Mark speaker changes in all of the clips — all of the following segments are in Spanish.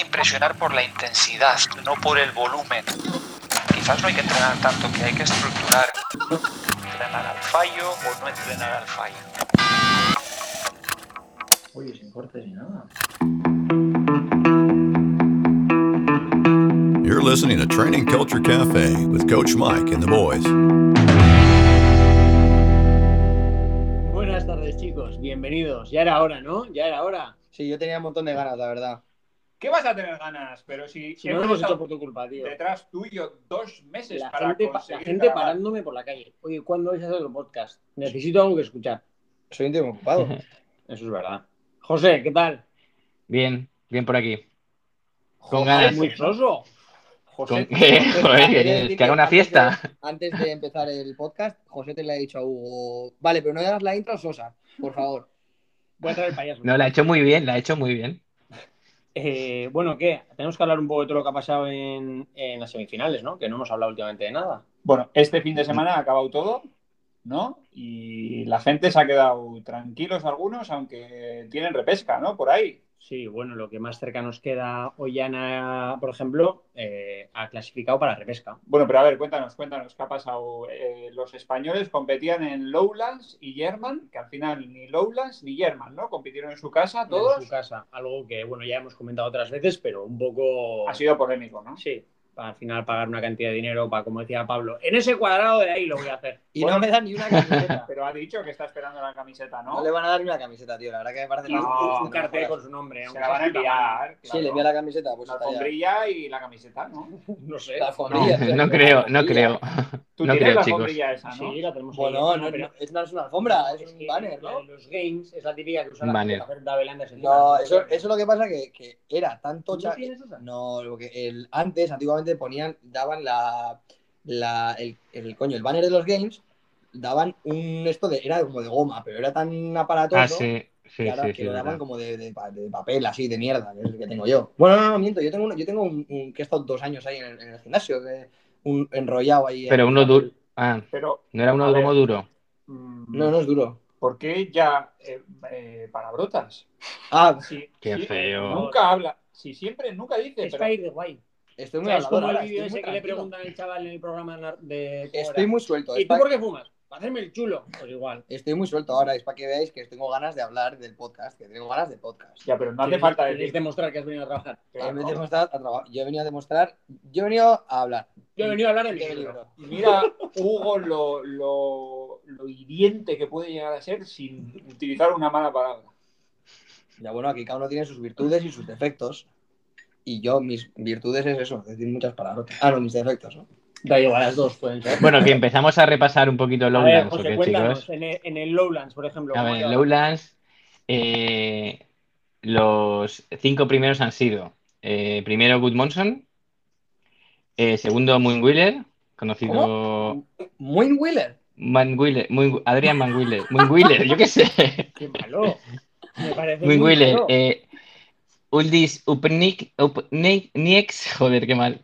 Speaker 1: impresionar por la intensidad, no por el volumen. Quizás no hay que entrenar tanto, que hay que estructurar. Entrenar al fallo o no entrenar al fallo.
Speaker 2: Oye, sin cortes ni nada.
Speaker 3: You're listening to Training Culture Cafe with Coach Mike and the boys.
Speaker 4: Buenas tardes, chicos. Bienvenidos. Ya era hora, ¿no? Ya era hora.
Speaker 2: Sí, yo tenía un montón de ganas, la verdad.
Speaker 5: ¿Qué vas a tener ganas? Pero si,
Speaker 4: Si no
Speaker 5: hemos
Speaker 4: lo hemos
Speaker 5: estado
Speaker 4: hecho por tu culpa, tío.
Speaker 5: detrás tuyo dos meses
Speaker 4: La
Speaker 5: para
Speaker 4: gente, pa- la
Speaker 5: conseguir
Speaker 4: gente
Speaker 5: grabar.
Speaker 4: parándome por la calle. Oye, ¿cuándo vais a hacer el podcast? Necesito algo que escuchar.
Speaker 2: Soy un tío muy ocupado.
Speaker 4: Eso es verdad. José, ¿qué tal?
Speaker 6: Bien, bien por aquí. Con
Speaker 4: Ay,
Speaker 6: ganas.
Speaker 4: muy soso.
Speaker 2: José,
Speaker 6: Ah, Con- eh, joder,
Speaker 2: quiero
Speaker 6: que-
Speaker 2: decir
Speaker 6: que haga una
Speaker 2: antes de-
Speaker 6: fiesta.
Speaker 2: Antes de empezar el podcast, José te le ha dicho a Hugo, vale, pero no hagas la intro sosa, por favor.
Speaker 4: Voy a traer el payaso.
Speaker 6: No, la ha hecho muy bien, la ha hecho muy bien.
Speaker 4: Eh, bueno, ¿qué? Tenemos que hablar un poco de todo lo que ha pasado en, en las semifinales, ¿no? Que no hemos hablado últimamente de nada.
Speaker 5: Bueno, este fin de semana ha acabado todo, ¿no? Y la gente se ha quedado tranquilos algunos, aunque tienen repesca, ¿no? Por ahí.
Speaker 4: Sí, bueno, lo que más cerca nos queda, Ollana, por ejemplo, eh, ha clasificado para repesca.
Speaker 5: Bueno, pero a ver, cuéntanos, cuéntanos, ¿qué ha pasado? Eh, los españoles competían en Lowlands y German, que al final ni Lowlands ni German, ¿no? Compitieron en su casa
Speaker 4: En
Speaker 5: todos.
Speaker 4: su casa, algo que, bueno, ya hemos comentado otras veces, pero un poco...
Speaker 2: ¿Ah,
Speaker 5: Ha sido polémico, ¿no?
Speaker 4: Sí, para al final pagar una cantidad de dinero para, como decía Pablo, en ese cuadrado de ahí lo voy a hacer.
Speaker 2: Y
Speaker 5: Bueno.
Speaker 2: no me dan ni una camiseta.
Speaker 5: Pero ha dicho que está esperando la camiseta, ¿no?
Speaker 2: No le van a dar ni una camiseta, tío. La verdad que me parece...
Speaker 4: Y
Speaker 5: No,
Speaker 4: un- un
Speaker 5: no
Speaker 4: cartel
Speaker 5: jodas.
Speaker 4: con su nombre.
Speaker 5: se
Speaker 4: aunque
Speaker 5: la van a
Speaker 4: sea puta madre.
Speaker 5: enviar.
Speaker 2: Sí, le
Speaker 5: claro.
Speaker 2: envía la camiseta, pues
Speaker 5: la
Speaker 2: está ya.
Speaker 5: alfombrilla y la camiseta, ¿no?
Speaker 4: No sé.
Speaker 2: La
Speaker 6: No,
Speaker 2: alfombrilla. tío,
Speaker 6: no
Speaker 2: la
Speaker 6: creo, no
Speaker 2: alfombrilla.
Speaker 6: creo.
Speaker 5: Tú
Speaker 6: No
Speaker 5: tienes
Speaker 6: creo,
Speaker 5: la
Speaker 6: chicos.
Speaker 5: alfombrilla esa, ¿no?
Speaker 4: Sí, la tenemos ahí.
Speaker 2: Ah, Bueno, no,
Speaker 4: pero-
Speaker 2: no, es, no es una alfombra, es
Speaker 4: que
Speaker 2: un banner,
Speaker 4: la
Speaker 2: ¿no?
Speaker 4: de Los games es la típica que usan
Speaker 6: Un
Speaker 4: las-
Speaker 6: banner.
Speaker 4: la oferta de Belandas encima.
Speaker 2: No, eso, eso es lo que pasa que, que era tanto...
Speaker 4: ¿Tú
Speaker 2: cha-
Speaker 4: no tienes esa?
Speaker 2: No, lo que el, antes, antiguamente ponían, daban la, la el, el coño, el banner de los games, daban un esto de, era como de goma, pero era tan aparatoso
Speaker 6: Ah, sí,
Speaker 2: que,
Speaker 6: sí,
Speaker 2: ahora-
Speaker 6: sí,
Speaker 2: que
Speaker 6: sí,
Speaker 2: lo
Speaker 6: verdad.
Speaker 2: daban como de, de pa- de papel así, de mierda, que es el que tengo yo. Bueno, no, no, miento, yo tengo uno, yo tengo un, un que he estado dos años ahí en el, en el gimnasio, que- un enrollado ahí. en-
Speaker 6: Pero uno duro. Ah,
Speaker 5: Pero,
Speaker 6: no era uno
Speaker 5: A ver.
Speaker 6: como duro.
Speaker 5: mm,
Speaker 2: No, no es duro.
Speaker 5: ¿por qué ya eh, eh, palabrotas?
Speaker 2: Ah,
Speaker 5: Sí,
Speaker 6: Qué
Speaker 5: sí,
Speaker 6: feo.
Speaker 5: Nunca habla. Si siempre, nunca dice.
Speaker 4: Es
Speaker 5: Pero,
Speaker 4: para ir de guay.
Speaker 2: estoy
Speaker 4: O
Speaker 2: muy
Speaker 4: sea, es como
Speaker 2: hablador
Speaker 4: el
Speaker 2: ahora,
Speaker 4: vídeo
Speaker 2: estoy
Speaker 4: ese
Speaker 2: muy
Speaker 4: que le
Speaker 2: tranquilo.
Speaker 4: preguntan al chaval en el programa nar- de... ¿cómo
Speaker 2: Estoy
Speaker 4: era?
Speaker 2: muy suelto.
Speaker 4: ¿Y
Speaker 2: es
Speaker 4: tú
Speaker 2: pa-
Speaker 4: por qué fumas? Para hacerme el chulo. Pues igual.
Speaker 2: Estoy muy suelto ahora, es para que veáis que tengo ganas de hablar del podcast, que tengo ganas de podcast.
Speaker 5: ya, pero no hace
Speaker 4: Quieres-
Speaker 5: falta
Speaker 4: quieres
Speaker 5: decir.
Speaker 4: demostrar que has venido a trabajar.
Speaker 2: Ah, en vez
Speaker 5: ¿no?
Speaker 2: de mostrar, a trabajar. Yo he venido a demostrar, yo he venido a hablar.
Speaker 4: Yo he venido a hablar de mi
Speaker 2: De mi
Speaker 4: libro.
Speaker 2: libro.
Speaker 5: Mira, Hugo, lo, lo, lo hiriente que puede llegar a ser sin utilizar una mala palabra.
Speaker 2: Ya bueno, aquí cada uno tiene sus virtudes y sus defectos. Y yo, mis virtudes es eso, decir muchas palabras. Ah, no, mis defectos, ¿no?
Speaker 4: Da igual, las dos pueden ser.
Speaker 6: Bueno, que empezamos a repasar un poquito
Speaker 4: A ver,
Speaker 6: Lowlands, ¿o
Speaker 4: José,
Speaker 6: qué,
Speaker 4: cuéntanos,
Speaker 6: chicos?
Speaker 4: en el, en el Lowlands, por ejemplo.
Speaker 6: A
Speaker 4: ¿cómo ha
Speaker 6: ver,
Speaker 4: ido?
Speaker 6: Lowlands, eh, los cinco primeros han sido eh, primero Good Monson, eh, segundo Moon Wheeler, conocido
Speaker 2: Muy Wheeler.
Speaker 6: Manguile, Mun- Adrián Manguile, Manguile, yo qué sé.
Speaker 4: Qué malo. Me parece muy
Speaker 6: Manguile,
Speaker 4: malo.
Speaker 6: eh, Uldis Upnik, Upnik- Nieks, joder, qué mal.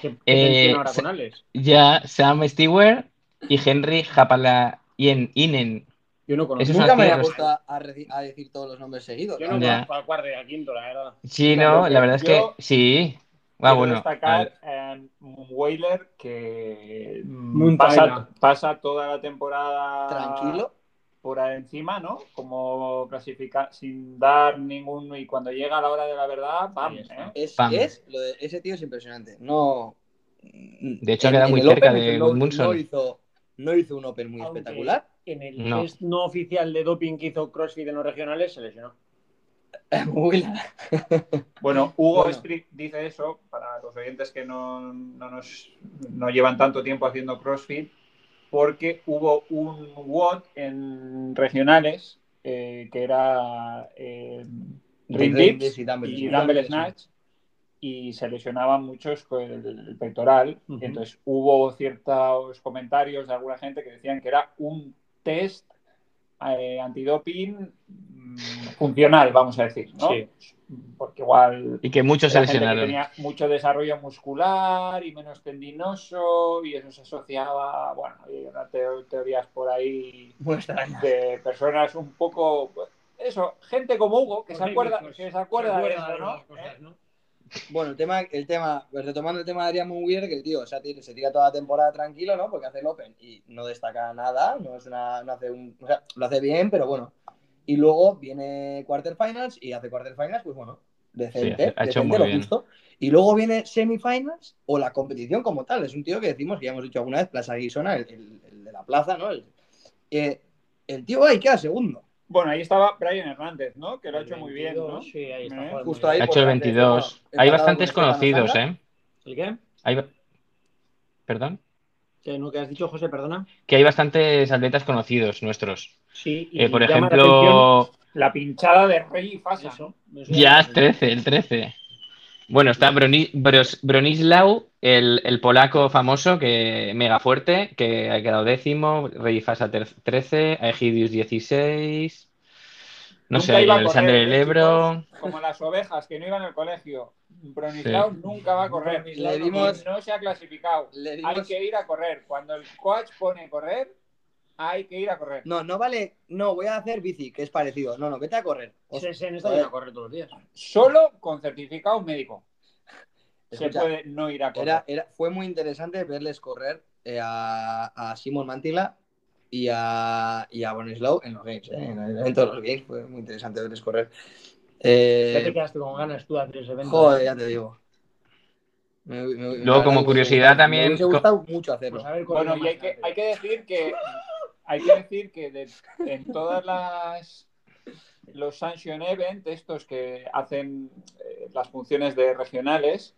Speaker 4: Qué- qué
Speaker 6: eh,
Speaker 4: tensión ahora con
Speaker 6: se-
Speaker 4: Alex.
Speaker 6: Ya Sam Stewart y Henry Japala Inen.
Speaker 4: Yo no conozco.
Speaker 6: Esos
Speaker 2: Nunca me
Speaker 6: antiguos.
Speaker 2: había puesto a, a reci- a decir todos los nombres seguidos.
Speaker 4: Yo
Speaker 2: ¿no?
Speaker 4: no
Speaker 6: Ya.
Speaker 4: conozco al cuarto y al quinto, la verdad.
Speaker 6: Sí,
Speaker 5: Claro,
Speaker 6: no, la verdad es que
Speaker 5: yo
Speaker 6: sí. Ah,
Speaker 5: Quiero
Speaker 6: bueno.
Speaker 5: destacar en Moonweiler em, que mm,
Speaker 4: Moonpaila.
Speaker 5: pasa, pasa toda la temporada
Speaker 2: Tranquilo.
Speaker 5: por ahí encima, ¿no? Como clasificar sin dar ninguno y cuando llega la hora de la verdad, ¡pam!
Speaker 4: Ahí está.
Speaker 5: ¿eh?
Speaker 2: Es,
Speaker 6: Pam.
Speaker 2: es- lo de- ese tío es impresionante. No. De
Speaker 6: hecho, ha quedado muy cerca de
Speaker 2: no,
Speaker 6: Gudmundsson.
Speaker 2: no hizo, no hizo un Open muy
Speaker 4: Aunque
Speaker 2: espectacular.
Speaker 4: En el
Speaker 6: No.
Speaker 4: test no oficial de doping que hizo CrossFit en los regionales, se lesionó.
Speaker 2: Wheeler.
Speaker 5: Bueno, Hugo
Speaker 2: Bueno.
Speaker 5: Sprit dice eso para los oyentes que no, no nos, no llevan tanto tiempo haciendo CrossFit, porque hubo un WOD en regionales eh, que era eh, Ring
Speaker 2: Ring
Speaker 5: Dips
Speaker 2: dips y dumbbell
Speaker 5: y
Speaker 2: snatch.
Speaker 5: Dumbbell Snatch y se lesionaban muchos con el, el pectoral.
Speaker 4: Ujú.
Speaker 5: Entonces hubo ciertos comentarios de alguna gente que decían que era un test eh, antidoping mm, funcional, vamos a decir, ¿no?
Speaker 4: Sí.
Speaker 5: Porque igual
Speaker 6: Y que muchos se
Speaker 5: era gente que
Speaker 6: lesionaron.
Speaker 5: tenía mucho desarrollo muscular y menos tendinoso y eso se asociaba, bueno, hay una teo- teorías por ahí
Speaker 2: Muy extraño.
Speaker 5: de personas un poco eso, gente como Hugo que se
Speaker 4: Polémicos.
Speaker 5: acuerda, que se acuerda de
Speaker 4: pues, de
Speaker 5: eso, ¿no?
Speaker 4: esas cosas,
Speaker 5: ¿Eh?
Speaker 4: ¿no?
Speaker 2: Bueno, el tema, el tema, pues, retomando el tema de Adrián Munguier, que el tío o sea, tiene- se tira toda la temporada tranquilo, ¿no? Porque hace el Open y no destaca nada, no es una, no hace un, o sea, lo hace bien, pero bueno. Y luego viene quarterfinals y hace quarterfinals, pues bueno, decente,
Speaker 6: Sí, ha hecho
Speaker 2: decente,
Speaker 6: muy
Speaker 2: lo
Speaker 6: bien.
Speaker 2: justo. Y luego viene semifinals o la competición como tal. Es un tío que decimos que ya hemos dicho alguna vez, Plaza Guisona, el, el- el de la plaza, ¿no? El, eh, el tío ahí queda segundo.
Speaker 5: Bueno, ahí estaba Brian Hernández, ¿no? Que lo ha hecho muy bien, ¿no?
Speaker 4: 22, Sí, ahí está.
Speaker 5: Eh,
Speaker 4: jugando
Speaker 2: justo
Speaker 4: muy
Speaker 6: Ha
Speaker 4: bien.
Speaker 2: ahí.
Speaker 6: hecho el
Speaker 2: por delante,
Speaker 6: 22.
Speaker 2: bueno,
Speaker 6: Hay
Speaker 2: empatado
Speaker 6: bastantes
Speaker 2: con Estefano
Speaker 6: conocidos,
Speaker 2: Zanga.
Speaker 6: ¿eh?
Speaker 4: ¿El qué?
Speaker 6: Hay... ba- Perdón.
Speaker 4: ¿Qué, no, que has dicho, José? Perdona.
Speaker 6: Que hay bastantes atletas conocidos nuestros.
Speaker 4: Sí, y
Speaker 6: Eh, por
Speaker 4: llama la atención
Speaker 6: ejemplo,
Speaker 5: La pinchada de Rey y Fasa.
Speaker 4: eso, eso.
Speaker 6: ya el 13, el 13. Bueno, está Broni- Bros- Bronislau, el, el polaco famoso, que mega fuerte, que ha quedado décimo, Rey Fasa ter- 13, Aegidius 16, no
Speaker 5: Nunca
Speaker 6: sé,
Speaker 5: iba a correr,
Speaker 6: Alexander el
Speaker 5: ¿eh,
Speaker 6: Ebro.
Speaker 5: chicos? Como las ovejas que no iban al colegio. Bronislav
Speaker 6: Sí.
Speaker 5: nunca va a correr.
Speaker 2: Le dimos-
Speaker 5: No se ha clasificado.
Speaker 2: Le dimos-
Speaker 5: Hay que ir a correr. Cuando el coach pone correr, hay que ir a correr.
Speaker 2: No, no vale. No, voy a hacer bici, que es parecido. No, no, vete a Eh, correr. O sea,
Speaker 4: Sí, sí, en esta yo la corro todos los días.
Speaker 5: Solo con certificado médico se
Speaker 2: escucha,
Speaker 5: puede no ir a correr.
Speaker 2: era, era- fue muy interesante verles correr eh, a, a Simon Mantila y a, y a Bonislaw en los games. eh, en el evento de los games fue muy interesante verles correr. Eh,
Speaker 4: Ya te quedaste con ganas tú a tres eventos.
Speaker 5: eh.
Speaker 2: joder, ya te digo. Me- me- me-
Speaker 6: Luego, como
Speaker 2: me-
Speaker 6: curiosidad,
Speaker 2: me
Speaker 6: también-
Speaker 2: hubiese gustado mucho hacerlo.
Speaker 4: Pues a ver,
Speaker 5: Bueno, y hay que, hay que decir que hay que decir que de- en todas las los sanction event, estos que hacen eh, las funciones de regionales,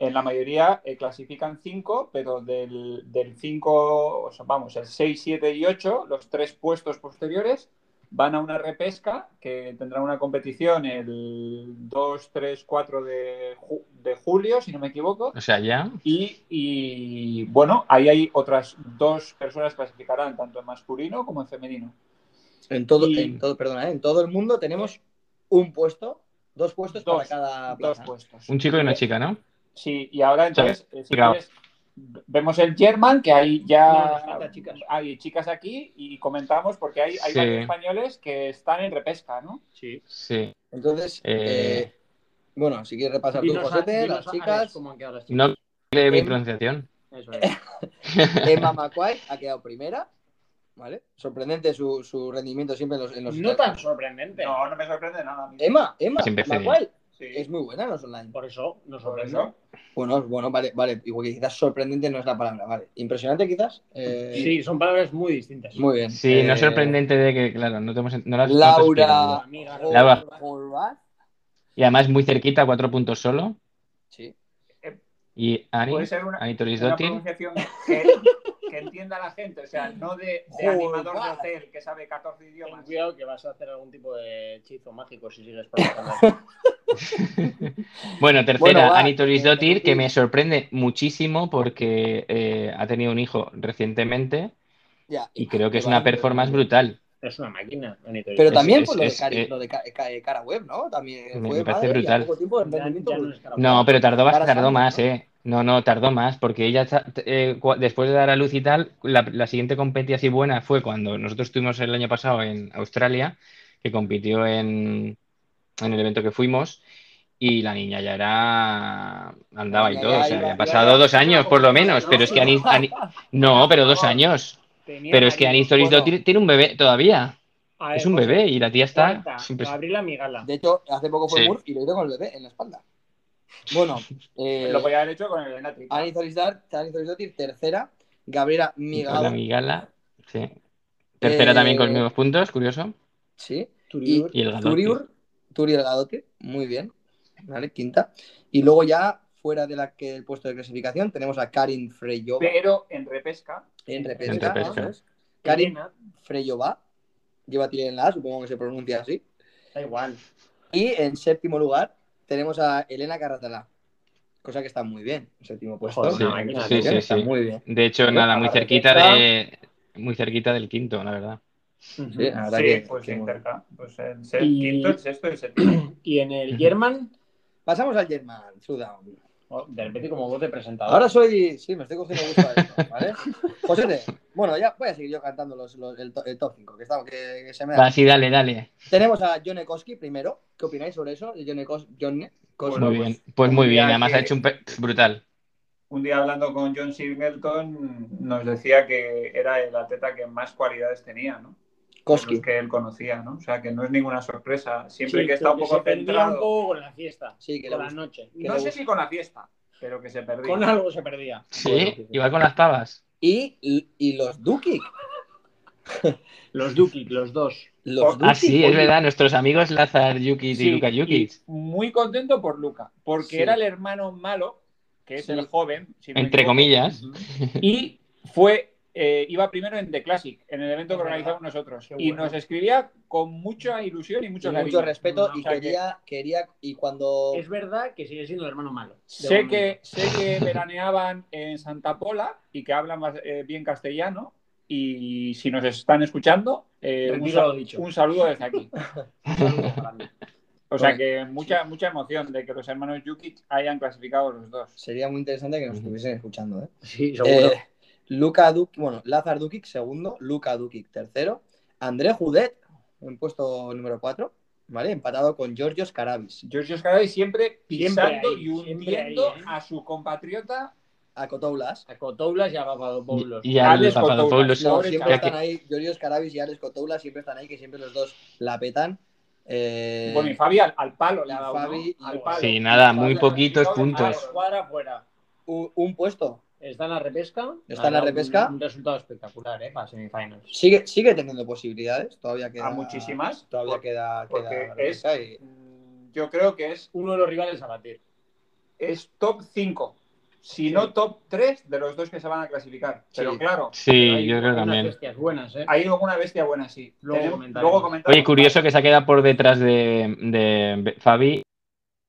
Speaker 5: en la mayoría eh, clasifican 5, pero del 5, o sea, vamos, el 6, 7 y 8, los tres puestos posteriores, van a una repesca que tendrá una competición el 2, 3, 4 de, ju- de julio, si no me equivoco.
Speaker 6: O sea, ya.
Speaker 5: Y, y, bueno, ahí hay otras dos personas que clasificarán, tanto en masculino como en femenino.
Speaker 2: En todo,
Speaker 5: Pues, Y-
Speaker 2: en todo, perdona, eh, en todo el mundo tenemos un puesto, dos puestos
Speaker 5: Dos,
Speaker 2: para cada
Speaker 5: Dos
Speaker 2: plaza.
Speaker 5: puestos.
Speaker 6: Un chico y una chica, ¿no?
Speaker 5: Sí, y ahora entonces, eh, si
Speaker 6: claro.
Speaker 5: quieres, vemos el German, que hay
Speaker 4: No,
Speaker 5: ya
Speaker 4: nos falta chicas.
Speaker 5: hay chicas aquí y comentamos porque hay, hay
Speaker 6: Sí.
Speaker 5: varios españoles que están en repesca, ¿no?
Speaker 4: Sí.
Speaker 6: Sí.
Speaker 2: Entonces,
Speaker 6: Eh,
Speaker 2: eh, bueno, si quieres repasar tú,
Speaker 4: Dinos a-
Speaker 2: Josete,
Speaker 4: dinos
Speaker 2: las
Speaker 4: a-
Speaker 2: chicas.
Speaker 4: ¿Cómo han quedado las chicas?
Speaker 6: No cree mi
Speaker 2: Em-
Speaker 6: pronunciación.
Speaker 4: Eso es.
Speaker 2: Emma McQuaid ha quedado primera, ¿vale? Sorprendente su, su rendimiento siempre en los... en los-
Speaker 4: No tan sorprendente.
Speaker 5: No, no me sorprende nada. a mí.
Speaker 2: Emma, Emma,
Speaker 6: Siempre hace
Speaker 2: McQuaid
Speaker 5: Sí,
Speaker 2: es muy buena en los online.
Speaker 4: Por eso nos
Speaker 5: por
Speaker 4: sorprende.
Speaker 5: eso.
Speaker 2: Bueno, bueno, vale, vale. Igual que quizás sorprendente no es la palabra, vale. Impresionante quizás. Eh,
Speaker 4: Sí, son palabras muy distintas.
Speaker 2: Muy bien.
Speaker 6: Sí, no
Speaker 2: Eh,
Speaker 6: es sorprendente de que, claro, no, te hemos, no las no te explican.
Speaker 2: Laura
Speaker 4: Amiga,
Speaker 2: Hol-
Speaker 6: Laura.
Speaker 2: Horvath,
Speaker 6: Y además muy cerquita, cuatro puntos solo.
Speaker 2: sí.
Speaker 6: Y Ani,
Speaker 5: Puede ser una,
Speaker 6: Ani
Speaker 5: una
Speaker 6: Torisdotti.
Speaker 5: pronunciación que, que entienda la gente, o sea, no de, de
Speaker 2: Joder.
Speaker 5: animador de hotel que sabe 14
Speaker 4: Ten
Speaker 5: idiomas.
Speaker 4: cuidado que vas a hacer algún tipo de hechizo mágico si sigues pronunciando.
Speaker 6: Bueno, tercera,
Speaker 2: Bueno, va,
Speaker 6: Ani Torisdotir,
Speaker 2: eh,
Speaker 6: que me sorprende muchísimo porque eh, ha tenido un hijo recientemente
Speaker 2: Ya.
Speaker 6: y creo que es
Speaker 2: va,
Speaker 6: una
Speaker 2: pero-
Speaker 6: performance brutal.
Speaker 4: es una máquina. Bonito.
Speaker 2: Pero
Speaker 6: Es-
Speaker 2: también
Speaker 6: es-
Speaker 2: por lo de,
Speaker 6: es-
Speaker 2: Cari-
Speaker 6: eh,
Speaker 2: lo de Ca- Ca- cara web, ¿no? También
Speaker 6: me-
Speaker 2: fue
Speaker 6: me
Speaker 2: madre
Speaker 6: parece
Speaker 2: y a
Speaker 6: brutal.
Speaker 2: poco tiempo el
Speaker 4: Ya- ya
Speaker 2: rendimiento
Speaker 4: no
Speaker 2: brutal.
Speaker 4: es cara
Speaker 6: No, pero tardó, bas-
Speaker 2: Cara
Speaker 6: tardó
Speaker 2: santa,
Speaker 6: más,
Speaker 2: ¿no?
Speaker 6: ¿eh? No, no, tardó más porque ella, ta- eh, cua- después de dar a luz y tal, la, la siguiente competencia así buena fue cuando nosotros estuvimos el año pasado en Australia, que compitió en, en el evento que fuimos. Y la niña ya era. andaba y
Speaker 2: Ya-
Speaker 6: todo.
Speaker 2: ya
Speaker 6: O sea,
Speaker 2: iba-
Speaker 6: habían
Speaker 2: iba-
Speaker 6: pasado dos años, por lo menos.
Speaker 4: ¿no?
Speaker 6: Pero es que Ani. Ani- No, pero dos años.
Speaker 4: Tenía
Speaker 6: Pero es que
Speaker 4: cariño.
Speaker 6: Anis Toris
Speaker 5: bueno.
Speaker 6: tiene, tiene un bebé todavía.
Speaker 4: A ver,
Speaker 6: Es un
Speaker 2: pues,
Speaker 4: José,
Speaker 6: bebé y la tía está.
Speaker 4: cuarta,
Speaker 6: siempre-
Speaker 4: Gabriela Migala.
Speaker 2: De hecho, hace poco fue
Speaker 6: Sí.
Speaker 2: Murph y lo hizo con el bebé en la espalda. Bueno, eh,
Speaker 5: Lo podía haber hecho con el Enatric.
Speaker 2: Ani Zorisdar- Ani Zorisdótir, tercera. Gabriela
Speaker 6: la
Speaker 2: Migado,
Speaker 6: Migala, sí. Tercera también con los
Speaker 2: Eh,
Speaker 6: mismos puntos, curioso.
Speaker 2: sí.
Speaker 4: Turiur.
Speaker 6: Y el Gadotti.
Speaker 2: Turiur, Turiur Gadotti, muy bien. Vale, quinta. Y luego ya, fuera de la que el puesto de clasificación, tenemos a Karin Freyova
Speaker 5: Pero en repesca,
Speaker 2: en
Speaker 6: En
Speaker 2: repesca.
Speaker 6: repesca.
Speaker 2: ¿no? Karin
Speaker 4: Elena,
Speaker 2: Freyova, lleva tilde en la A, supongo que se pronuncia así.
Speaker 4: Da igual.
Speaker 2: Y en séptimo lugar tenemos a Elena Carratalá, cosa que está muy bien, en séptimo puesto.
Speaker 4: Joder,
Speaker 6: Sí,
Speaker 4: una máquina,
Speaker 6: sí,
Speaker 4: tío.
Speaker 6: sí,
Speaker 2: Está
Speaker 6: sí.
Speaker 2: muy bien.
Speaker 6: De hecho, nada, muy
Speaker 2: Ahora,
Speaker 6: cerquita
Speaker 2: está-
Speaker 6: de. Muy cerquita del quinto, la verdad.
Speaker 2: Sí, la verdad
Speaker 5: sí,
Speaker 2: que-
Speaker 5: pues
Speaker 2: que
Speaker 5: sí,
Speaker 2: muy bien.
Speaker 5: cerca. Pues el se-
Speaker 4: Y-
Speaker 5: quinto, el sexto y el séptimo.
Speaker 4: Y en el
Speaker 6: Ujú.
Speaker 4: German,
Speaker 2: Pasamos al German, Sudown.
Speaker 4: O, De repente como voz de presentador.
Speaker 2: Ahora soy. Sí, me estoy cogiendo gusto a esto, ¿vale? José, bueno, ya voy a seguir yo cantando los, los- el, to- el top 5, que, estamos- que, que se me da.
Speaker 6: Va, Ah, sí, dale, dale.
Speaker 2: Tenemos a John Koski primero. ¿Qué opináis sobre eso? John Koski.
Speaker 5: Bueno,
Speaker 6: muy
Speaker 5: pues,
Speaker 6: bien. Pues muy bien,
Speaker 5: ya
Speaker 6: además
Speaker 5: que-
Speaker 6: ha hecho un pe- brutal.
Speaker 5: Un día hablando con John Singleton nos decía que era el atleta que más cualidades tenía, ¿no? De
Speaker 4: Pues
Speaker 2: Koski.
Speaker 5: los que él conocía, ¿no? O sea, que no es ninguna sorpresa. Siempre
Speaker 4: Sí,
Speaker 5: que está un
Speaker 4: que
Speaker 5: poco
Speaker 4: se perdía un
Speaker 5: centrado.
Speaker 4: poco con la fiesta,
Speaker 2: Sí, que le
Speaker 4: con la
Speaker 2: gusta.
Speaker 4: noche.
Speaker 2: que
Speaker 5: No
Speaker 2: le
Speaker 5: sé
Speaker 2: gusta.
Speaker 5: si con la fiesta, pero que se perdía.
Speaker 4: Con algo se perdía.
Speaker 6: Sí, igual con las pavas.
Speaker 2: Y, y los Duki.
Speaker 4: Los Duki, los dos.
Speaker 2: Los
Speaker 5: Duki,
Speaker 6: Ah, sí, es
Speaker 5: oye.
Speaker 6: verdad, nuestros amigos Lazar Yukic
Speaker 5: Sí,
Speaker 6: y Luka Yukic.
Speaker 5: y muy contento por Luca, porque
Speaker 2: Sí.
Speaker 5: era el hermano malo, que es
Speaker 2: Sí.
Speaker 5: el joven, si no me
Speaker 6: Entre
Speaker 5: equivoco.
Speaker 6: comillas.
Speaker 5: y fue eh, iba primero en The Classic, en el evento
Speaker 4: Es
Speaker 5: que
Speaker 4: verdad.
Speaker 5: organizamos nosotros,
Speaker 4: Qué
Speaker 5: y
Speaker 4: bueno.
Speaker 5: nos escribía con mucha ilusión y mucho
Speaker 2: Mucho,
Speaker 5: cariño.
Speaker 2: mucho respeto
Speaker 5: O
Speaker 2: y
Speaker 5: sea que
Speaker 2: quería, quería. Y cuando.
Speaker 4: Es verdad que sigue siendo el hermano malo.
Speaker 5: sé
Speaker 4: De
Speaker 5: que sé que veraneaban en Santa Pola y que hablan más, eh, bien castellano. Y si nos están escuchando, eh, un,
Speaker 4: Retiro
Speaker 5: sal-
Speaker 4: lo dicho.
Speaker 5: un saludo desde aquí.
Speaker 4: momento.
Speaker 5: O sea que mucha, mucha emoción de que los hermanos Yukic hayan clasificado los dos.
Speaker 2: Sería muy interesante que nos
Speaker 6: Ujú.
Speaker 2: estuviesen escuchando, ¿eh?
Speaker 4: Sí, seguro.
Speaker 2: Eh, Luka Dukic, bueno, Lazar Dukic segundo, Luka Dukic tercero, André Judet en puesto número 4, ¿vale? Empatado con Giorgio Scarabis,
Speaker 5: Giorgio Scarabi siempre pisando
Speaker 4: Siempre ahí,
Speaker 5: y
Speaker 4: siempre ahí,
Speaker 5: hundiendo
Speaker 4: ¿eh?
Speaker 5: a su compatriota.
Speaker 2: a Cotoulas.
Speaker 4: A Cotoulas y a Papadopoulos.
Speaker 6: Y, y al
Speaker 5: Alex
Speaker 6: Papadopoulos.
Speaker 5: Cotoulas,
Speaker 2: No,
Speaker 5: Pobre
Speaker 2: siempre
Speaker 5: chaval.
Speaker 2: están ahí, Giorgio Scarabis y Alex Cotoulas siempre están ahí, que siempre los dos la petan. Eh,
Speaker 5: bueno, y Fabi al, al palo le ha
Speaker 2: y
Speaker 5: dado.
Speaker 2: Fabi
Speaker 5: ¿no?
Speaker 2: y-
Speaker 5: Al palo.
Speaker 6: Sí, nada,
Speaker 5: Y
Speaker 6: muy
Speaker 5: Fabi ha
Speaker 6: poquitos
Speaker 5: clasificado
Speaker 4: A la
Speaker 6: puntos.
Speaker 4: escuadra fuera.
Speaker 2: un, un puesto.
Speaker 4: Está en la repesca.
Speaker 2: Está en la
Speaker 4: Ha dado un-
Speaker 2: repesca.
Speaker 4: Ah, Un, resultado espectacular, ¿eh? Para semifinals.
Speaker 2: Sigue, sigue teniendo posibilidades, todavía queda.
Speaker 5: A muchísimas.
Speaker 2: Todavía
Speaker 5: por-
Speaker 2: queda.
Speaker 5: porque
Speaker 2: queda la
Speaker 5: es-
Speaker 2: lucha y-
Speaker 5: Mm, Yo creo que es,
Speaker 4: Uno de los rivales a batir.
Speaker 5: es top 5. Si no top 3 de los dos que se van a clasificar. Pero
Speaker 2: Sí.
Speaker 5: claro,
Speaker 6: Sí, yo creo que
Speaker 4: unas
Speaker 6: también.
Speaker 4: bestias buenas, ¿eh?
Speaker 5: hay alguna bestia buena, sí.
Speaker 4: Luego
Speaker 5: Tenemos-
Speaker 4: comentaremos.
Speaker 5: luego comentamos.
Speaker 6: Oye, curioso que se ha quedado por detrás de, de Be- Fabi,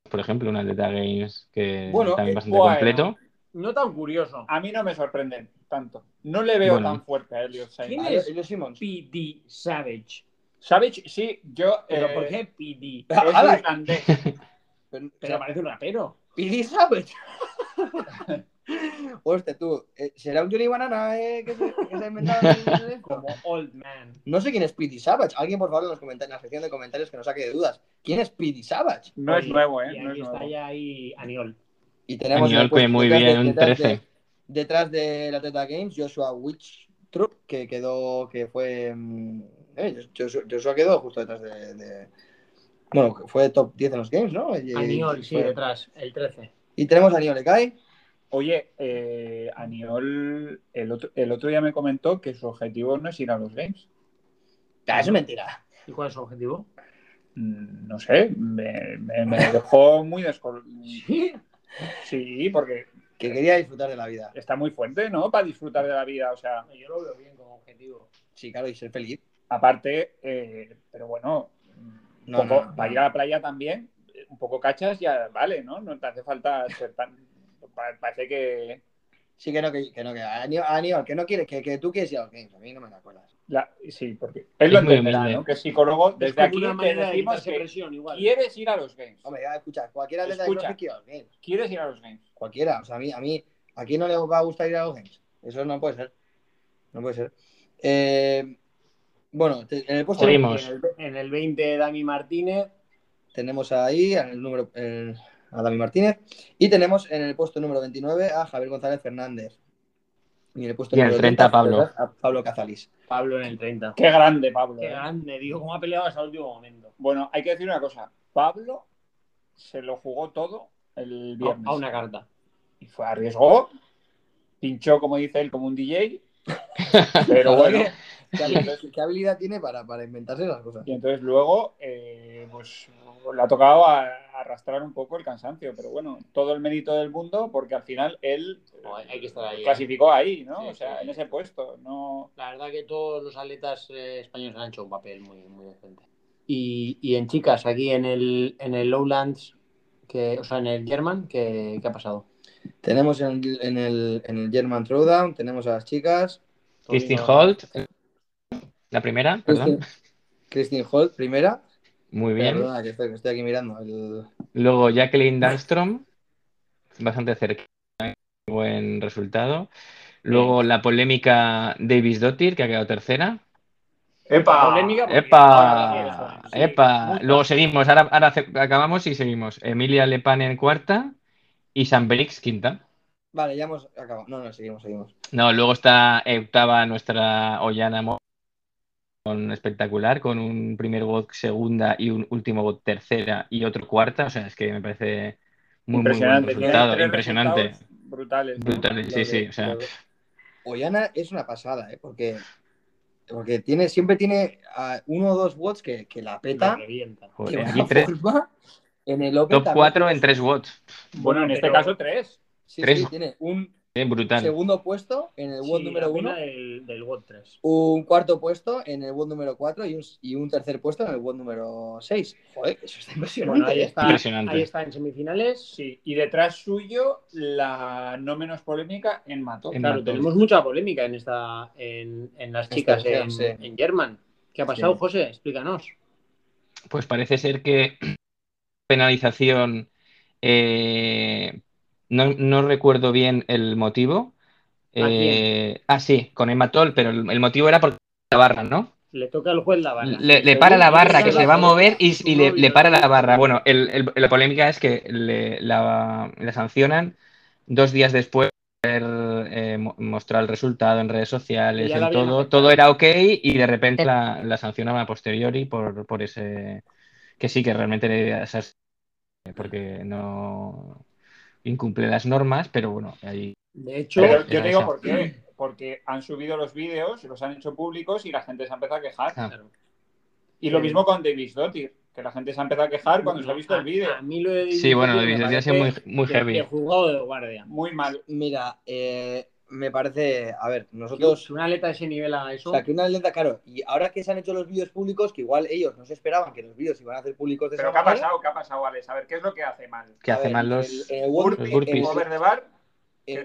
Speaker 6: por ejemplo, una atleta Games que
Speaker 5: Bueno,
Speaker 6: también
Speaker 5: eh,
Speaker 6: bastante
Speaker 5: bueno.
Speaker 6: completo.
Speaker 4: No tan curioso.
Speaker 5: A mí no me sorprenden tanto. No le veo
Speaker 6: Bueno.
Speaker 5: tan fuerte a Elliot Sainz.
Speaker 4: ¿Quién
Speaker 2: Ah,
Speaker 4: es?
Speaker 2: Elio Simmons.
Speaker 4: PD Savage.
Speaker 5: Savage, sí, yo.
Speaker 4: ¿Pero
Speaker 5: eh,
Speaker 4: por qué PD?
Speaker 5: Es
Speaker 2: ¡Hala!
Speaker 5: irlandés.
Speaker 2: Pero-
Speaker 4: Pero parece un rapero.
Speaker 2: Pidi Savage. Hostia, tú, eh, ¿será un Johnny Banana eh, que, se, que se ha inventado? el- el-
Speaker 4: Como Old Man.
Speaker 2: No sé quién es Pidi Savage. Alguien, por favor, en, los comentarios, en la sección de comentarios que nos saque de dudas. ¿Quién es Pidi Savage?
Speaker 5: No es
Speaker 4: Oye,
Speaker 5: nuevo, ¿eh?
Speaker 4: Y
Speaker 5: No es
Speaker 4: aquí está
Speaker 5: nuevo.
Speaker 4: ya ahí Aniol.
Speaker 2: Y en el
Speaker 6: Añol,
Speaker 2: puesto-
Speaker 6: muy
Speaker 2: detrás de-
Speaker 6: bien, un
Speaker 2: detrás de-
Speaker 6: 13.
Speaker 2: detrás de la Teta Games, Joshua Wichtrup, que quedó, que fue. mm, eh, Joshua, Joshua quedó justo detrás de. de- bueno, que fue top 10 en los games, ¿no? Y,
Speaker 4: Aniol, sí,
Speaker 2: fue-
Speaker 4: detrás. El 13.
Speaker 2: Y tenemos a Niol Kai.
Speaker 5: Oye, eh, Aniol el otro, el otro día me comentó que su objetivo no es ir a los games.
Speaker 2: Ah, eso es mentira.
Speaker 4: ¿Y cuál es su objetivo?
Speaker 5: Mm, No sé, me, me- me dejó muy descolocado.
Speaker 4: Sí.
Speaker 5: Sí, porque
Speaker 2: Que quería disfrutar de la vida.
Speaker 5: está muy fuerte, ¿no? Para disfrutar de la vida, o sea,
Speaker 4: Yo lo veo bien como objetivo.
Speaker 2: Sí, claro, y ser feliz.
Speaker 5: aparte, eh, pero bueno, un
Speaker 2: No,
Speaker 5: poco,
Speaker 2: no, no.
Speaker 5: para ir a la playa también, eh, un poco cachas ya vale, ¿no? No te hace falta ser tan. pa- Parece que.
Speaker 2: Sí, que no, que, que no, que Aníbal, Aníbal, que no quieres, que, que tú quieres ir a los games, a mí no me la cuelas.
Speaker 5: la- sí, porque. Él lo
Speaker 6: Es muy
Speaker 5: entenderá,
Speaker 6: humilde.
Speaker 5: ¿no? Que es psicólogo,
Speaker 4: Es
Speaker 5: desde
Speaker 4: como
Speaker 5: aquí
Speaker 4: una
Speaker 5: te
Speaker 4: manera de
Speaker 5: decimos
Speaker 4: quitarse
Speaker 5: que
Speaker 4: presión, igual.
Speaker 5: quieres ir a los games.
Speaker 2: Hombre, ya, escucha, cualquiera atleta de
Speaker 5: Escucha.
Speaker 2: CrossFit quiere ir a los games,
Speaker 5: ¿Quieres ir a los games?
Speaker 2: cualquiera, o sea, a mí, a mí, ¿a quién no le va a gustar ir a los games? Eso no puede ser, no puede ser. Eh, bueno, te- en el puesto
Speaker 6: Seguimos.
Speaker 4: En el, en el 20, Dani Martínez.
Speaker 2: tenemos ahí en el número, el- a Dami Martínez y tenemos en el puesto número 29 a Javier González Fernández. Y en el puesto
Speaker 6: Y en el
Speaker 2: número
Speaker 6: 30 Pablo.
Speaker 2: a Pablo Cazalis.
Speaker 4: Pablo en el 30.
Speaker 5: Qué grande, Pablo.
Speaker 4: Qué
Speaker 5: ¿eh?
Speaker 4: grande, digo, cómo ha peleado hasta el último momento.
Speaker 5: Bueno, hay que decir una cosa. Pablo se lo jugó todo el
Speaker 4: A,
Speaker 5: viernes.
Speaker 4: a una carta.
Speaker 5: Y fue, arriesgó, pinchó, como dice él, como un DJ. Pero bueno.
Speaker 2: ¿Qué, habilidad, qué habilidad tiene para, para inventarse esas cosas?
Speaker 5: Y entonces luego, eh, pues le ha tocado a- arrastrar un poco el cansancio. Pero bueno, todo el mérito del mundo, porque al final él
Speaker 4: No, hay- hay que estar ahí, ¿eh?
Speaker 5: clasificó ahí, ¿no?
Speaker 4: Sí,
Speaker 5: o sea,
Speaker 4: sí.
Speaker 5: en ese puesto. No.
Speaker 4: La verdad que todos los atletas eh, españoles han hecho un papel muy, muy decente. Y, y en chicas, aquí en el, en el Lowlands, que, o sea, en el German, ¿qué, qué ha pasado?
Speaker 2: Tenemos en, en el, en el German Throwdown, tenemos a las chicas.
Speaker 6: Christine
Speaker 4: Todo-
Speaker 6: Holt, la primera, perdón.
Speaker 2: Christine Holt, primera.
Speaker 6: Muy bien.
Speaker 2: Perdona, que estoy, que estoy aquí mirando. el-
Speaker 6: Luego Jacqueline Dahlstrom, bastante cerca, buen resultado. Luego la polémica Davis Dottir, que ha quedado tercera.
Speaker 5: ¡Epa!
Speaker 4: Polémica, porque- Ah,
Speaker 6: ¡Epa!
Speaker 4: Sí,
Speaker 6: ¡Epa!
Speaker 4: mucho.
Speaker 6: Luego seguimos, ahora, ahora ce- acabamos y seguimos. Emilia Lepane en cuarta y San Brix quinta.
Speaker 2: Vale, ya hemos acabado. No, no, seguimos, seguimos.
Speaker 6: No, luego está eh, octava nuestra Ollana Mo- con espectacular, con un primer bot segunda y un último bot tercera y otro cuarta. O sea, es que me parece muy, muy buen
Speaker 5: impresionante. Tiene
Speaker 6: resultado.
Speaker 5: tres
Speaker 6: Impresionante.
Speaker 5: resultados Brutales. ¿no?
Speaker 6: Brutal, sí,
Speaker 5: Lo
Speaker 6: sí,
Speaker 5: de-
Speaker 6: o sea.
Speaker 5: lo de-
Speaker 2: Ollana es una pasada, ¿eh? Porque, porque tiene, siempre tiene ah, uno o dos bots que, que la peta.
Speaker 4: Lo revienta.
Speaker 6: Joder,
Speaker 2: de una
Speaker 6: pues, eh, aquí tres-
Speaker 2: forma. en el Open
Speaker 6: top
Speaker 2: también
Speaker 6: 4
Speaker 2: tiene-
Speaker 6: en tres bots.
Speaker 5: Bueno, en este
Speaker 4: Pero-
Speaker 5: caso tres.
Speaker 2: Sí,
Speaker 6: tres.
Speaker 2: sí, tiene un
Speaker 6: Eh, brutal.
Speaker 2: segundo puesto en el WOT
Speaker 4: Sí,
Speaker 2: número
Speaker 4: la
Speaker 2: 1,
Speaker 4: pena Del, del WOT 3.
Speaker 2: un cuarto puesto en el WOT número 4 y un, y un tercer puesto en el WOT número 6. Joder, que eso está impresionante.
Speaker 4: Bueno, ahí está,
Speaker 6: Impresionante.
Speaker 4: ahí está en semifinales.
Speaker 5: Sí, y detrás suyo la no menos polémica en Mató.
Speaker 6: En-
Speaker 4: Claro,
Speaker 6: Mató.
Speaker 4: tenemos mucha polémica en esta en, en las
Speaker 2: Este
Speaker 4: chicas
Speaker 2: mujer,
Speaker 4: en,
Speaker 2: sí.
Speaker 4: en German. ¿Qué ha pasado,
Speaker 2: Sí.
Speaker 4: José? Explícanos.
Speaker 6: Pues parece ser que penalización, eh, no, no recuerdo bien el motivo.
Speaker 4: ¿A quién?
Speaker 6: Eh, ah, sí, con Emma Toll, pero el, el motivo era porque la barra, ¿no?
Speaker 4: Le toca al juez la barra.
Speaker 6: Le, le
Speaker 4: Según
Speaker 6: para la barra,
Speaker 4: Isa
Speaker 6: que se va a
Speaker 4: Lazo,
Speaker 6: mover y, y le,
Speaker 4: su
Speaker 6: le para la
Speaker 4: novio-
Speaker 6: barra. Bueno, el- el- la polémica es que le, la, la sancionan dos días después de haber eh, mo- mostrado el resultado en redes sociales,
Speaker 4: Y ya
Speaker 6: en
Speaker 4: la habían
Speaker 6: todo.
Speaker 4: aceptado.
Speaker 6: Todo era ok y de repente la, la sancionan a posteriori por, por ese... Que sí, que realmente le- esas- porque no incumple las normas, pero bueno, ahí...
Speaker 4: De hecho,
Speaker 5: Pero
Speaker 6: Sí,
Speaker 5: yo te
Speaker 6: esa.
Speaker 5: digo por qué. Porque han subido los vídeos, los han hecho públicos y la gente se ha empezado a quejar.
Speaker 6: Ah.
Speaker 4: claro,
Speaker 5: Y lo mismo con Davis Dottir, que la gente se ha empezado a quejar cuando se ha visto
Speaker 4: a-
Speaker 5: el vídeo.
Speaker 4: A mí lo de
Speaker 6: Sí, bueno, lo
Speaker 4: me
Speaker 6: de Vicente ha
Speaker 4: parece
Speaker 6: sido muy, muy
Speaker 4: de-
Speaker 6: heavy.
Speaker 4: de juzgado de guardia.
Speaker 5: Muy mal.
Speaker 2: Mira, eh, me parece, a ver,
Speaker 4: Si
Speaker 2: nosotros,
Speaker 4: una aleta de ese nivel a eso,
Speaker 2: o sea, que una atleta, claro, y ahora que se han hecho los vídeos públicos, que igual ellos no se esperaban que los vídeos iban a hacer públicos de
Speaker 5: Pero
Speaker 2: esa
Speaker 5: ¿qué ha
Speaker 2: manera.
Speaker 5: pasado? ¿Qué ha pasado, Alex? A ver, ¿qué es lo que hace mal?
Speaker 6: Que
Speaker 2: A
Speaker 6: hace
Speaker 2: ver,
Speaker 6: mal
Speaker 2: en
Speaker 6: los...
Speaker 2: el- en el WOT-
Speaker 5: Burpee,
Speaker 6: burpees.
Speaker 5: en over de bar.
Speaker 2: en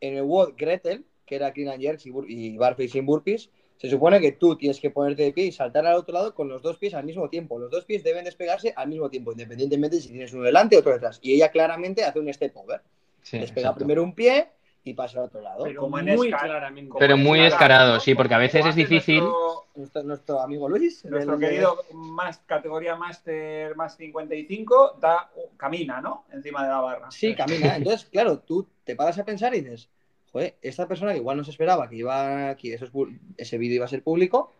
Speaker 2: el WOD Gretel, que era Clean and Jerks y, bur- y Barfix sin burpees, se supone que tú tienes que ponerte de pie y saltar al otro lado con los dos pies al mismo tiempo. Los dos pies deben despegarse al mismo tiempo, independientemente si tienes uno delante o otro detrás. Y ella claramente hace un step over.
Speaker 6: Sí,
Speaker 2: Despega
Speaker 6: exacto.
Speaker 2: primero un pie y pasa al otro lado.
Speaker 4: pero
Speaker 5: como en
Speaker 4: muy
Speaker 5: Esca-
Speaker 4: claramente.
Speaker 5: como
Speaker 6: Pero
Speaker 5: en
Speaker 6: muy
Speaker 5: Escalada,
Speaker 6: descarado,
Speaker 5: ¿no?
Speaker 6: sí, porque a veces
Speaker 5: Como
Speaker 6: es
Speaker 5: hace
Speaker 6: difícil.
Speaker 5: nuestro-
Speaker 2: Nuestro, nuestro amigo Luis.
Speaker 5: Nuestro
Speaker 2: del-
Speaker 5: querido más categoría Master más 55 da, uh, camina, ¿no? Encima de la barra.
Speaker 2: Sí, camina. Entonces, claro, tú te paras a pensar y dices, joder, esta persona que igual no se esperaba que iba que eso es pu- ese vídeo iba a ser público,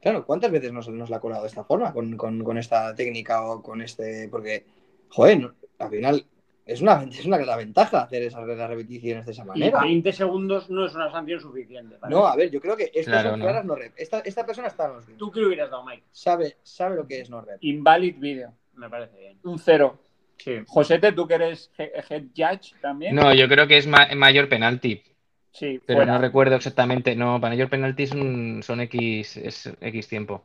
Speaker 2: claro, ¿cuántas veces nos, nos la ha colado de esta forma, con, con- con esta técnica o con este...? Porque, joder, no- al final es una, es una gran ventaja hacer esas las repeticiones de esa
Speaker 4: Y
Speaker 2: manera.
Speaker 4: 20 segundos no es una sanción suficiente. ¿vale?
Speaker 2: No, a ver, yo creo que estas
Speaker 6: Claro,
Speaker 2: son
Speaker 6: no.
Speaker 2: claras no rep. Esta, esta persona está en los rep.
Speaker 4: ¿Tú qué le hubieras dado, Mike?
Speaker 2: Sabe, sabe lo que es no rep.
Speaker 5: Invalid video.
Speaker 4: Me parece bien.
Speaker 5: Un cero.
Speaker 4: Sí.
Speaker 5: Josete, tú que eres he- head judge también.
Speaker 6: No, yo creo que es ma- mayor penalti,
Speaker 5: Sí,
Speaker 6: pero
Speaker 5: fuera.
Speaker 6: no recuerdo exactamente. No, mayor penalti son, son X, es X tiempo.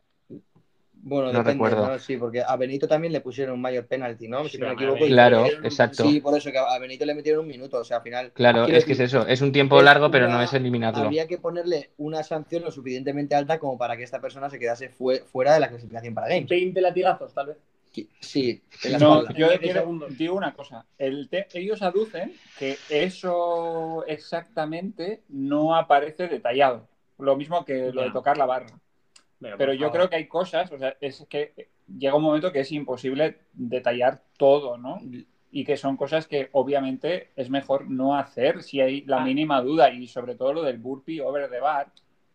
Speaker 2: Bueno,
Speaker 6: No
Speaker 2: depende,
Speaker 6: recuerdo.
Speaker 2: ¿no? Sí, porque a Benito también le pusieron un mayor penalty, ¿no? Si
Speaker 4: Sí,
Speaker 2: no me
Speaker 4: a
Speaker 2: equivoco. y-
Speaker 4: Benito.
Speaker 6: Claro,
Speaker 4: Pero-
Speaker 6: exacto.
Speaker 2: eh, Sí, por eso que a Benito le metieron un minuto, o sea, al final...
Speaker 6: Claro,
Speaker 2: quiero
Speaker 6: es que es
Speaker 2: decir,
Speaker 6: eso. Es un tiempo
Speaker 2: es
Speaker 6: largo, pero
Speaker 2: una-
Speaker 6: no es eliminarlo.
Speaker 2: Habría que ponerle una sanción lo suficientemente alta como para que esta persona se quedase fue- fuera de la clasificación para Games.
Speaker 4: 20 latigazos, tal vez.
Speaker 2: Qui- Sí, en la
Speaker 5: No,
Speaker 2: espalda.
Speaker 5: yo
Speaker 4: Veinte
Speaker 5: quiero,
Speaker 4: segundos.
Speaker 5: digo una cosa. El te- ellos aducen que eso exactamente no aparece detallado. Lo mismo que lo
Speaker 4: Ya.
Speaker 5: de tocar la barra. Pero yo creo que hay cosas, o sea, es que llega un momento que es imposible detallar todo, ¿no? Y que son cosas que obviamente es mejor no hacer si hay la
Speaker 4: Ah.
Speaker 5: mínima duda y sobre todo lo del burpee over the bar,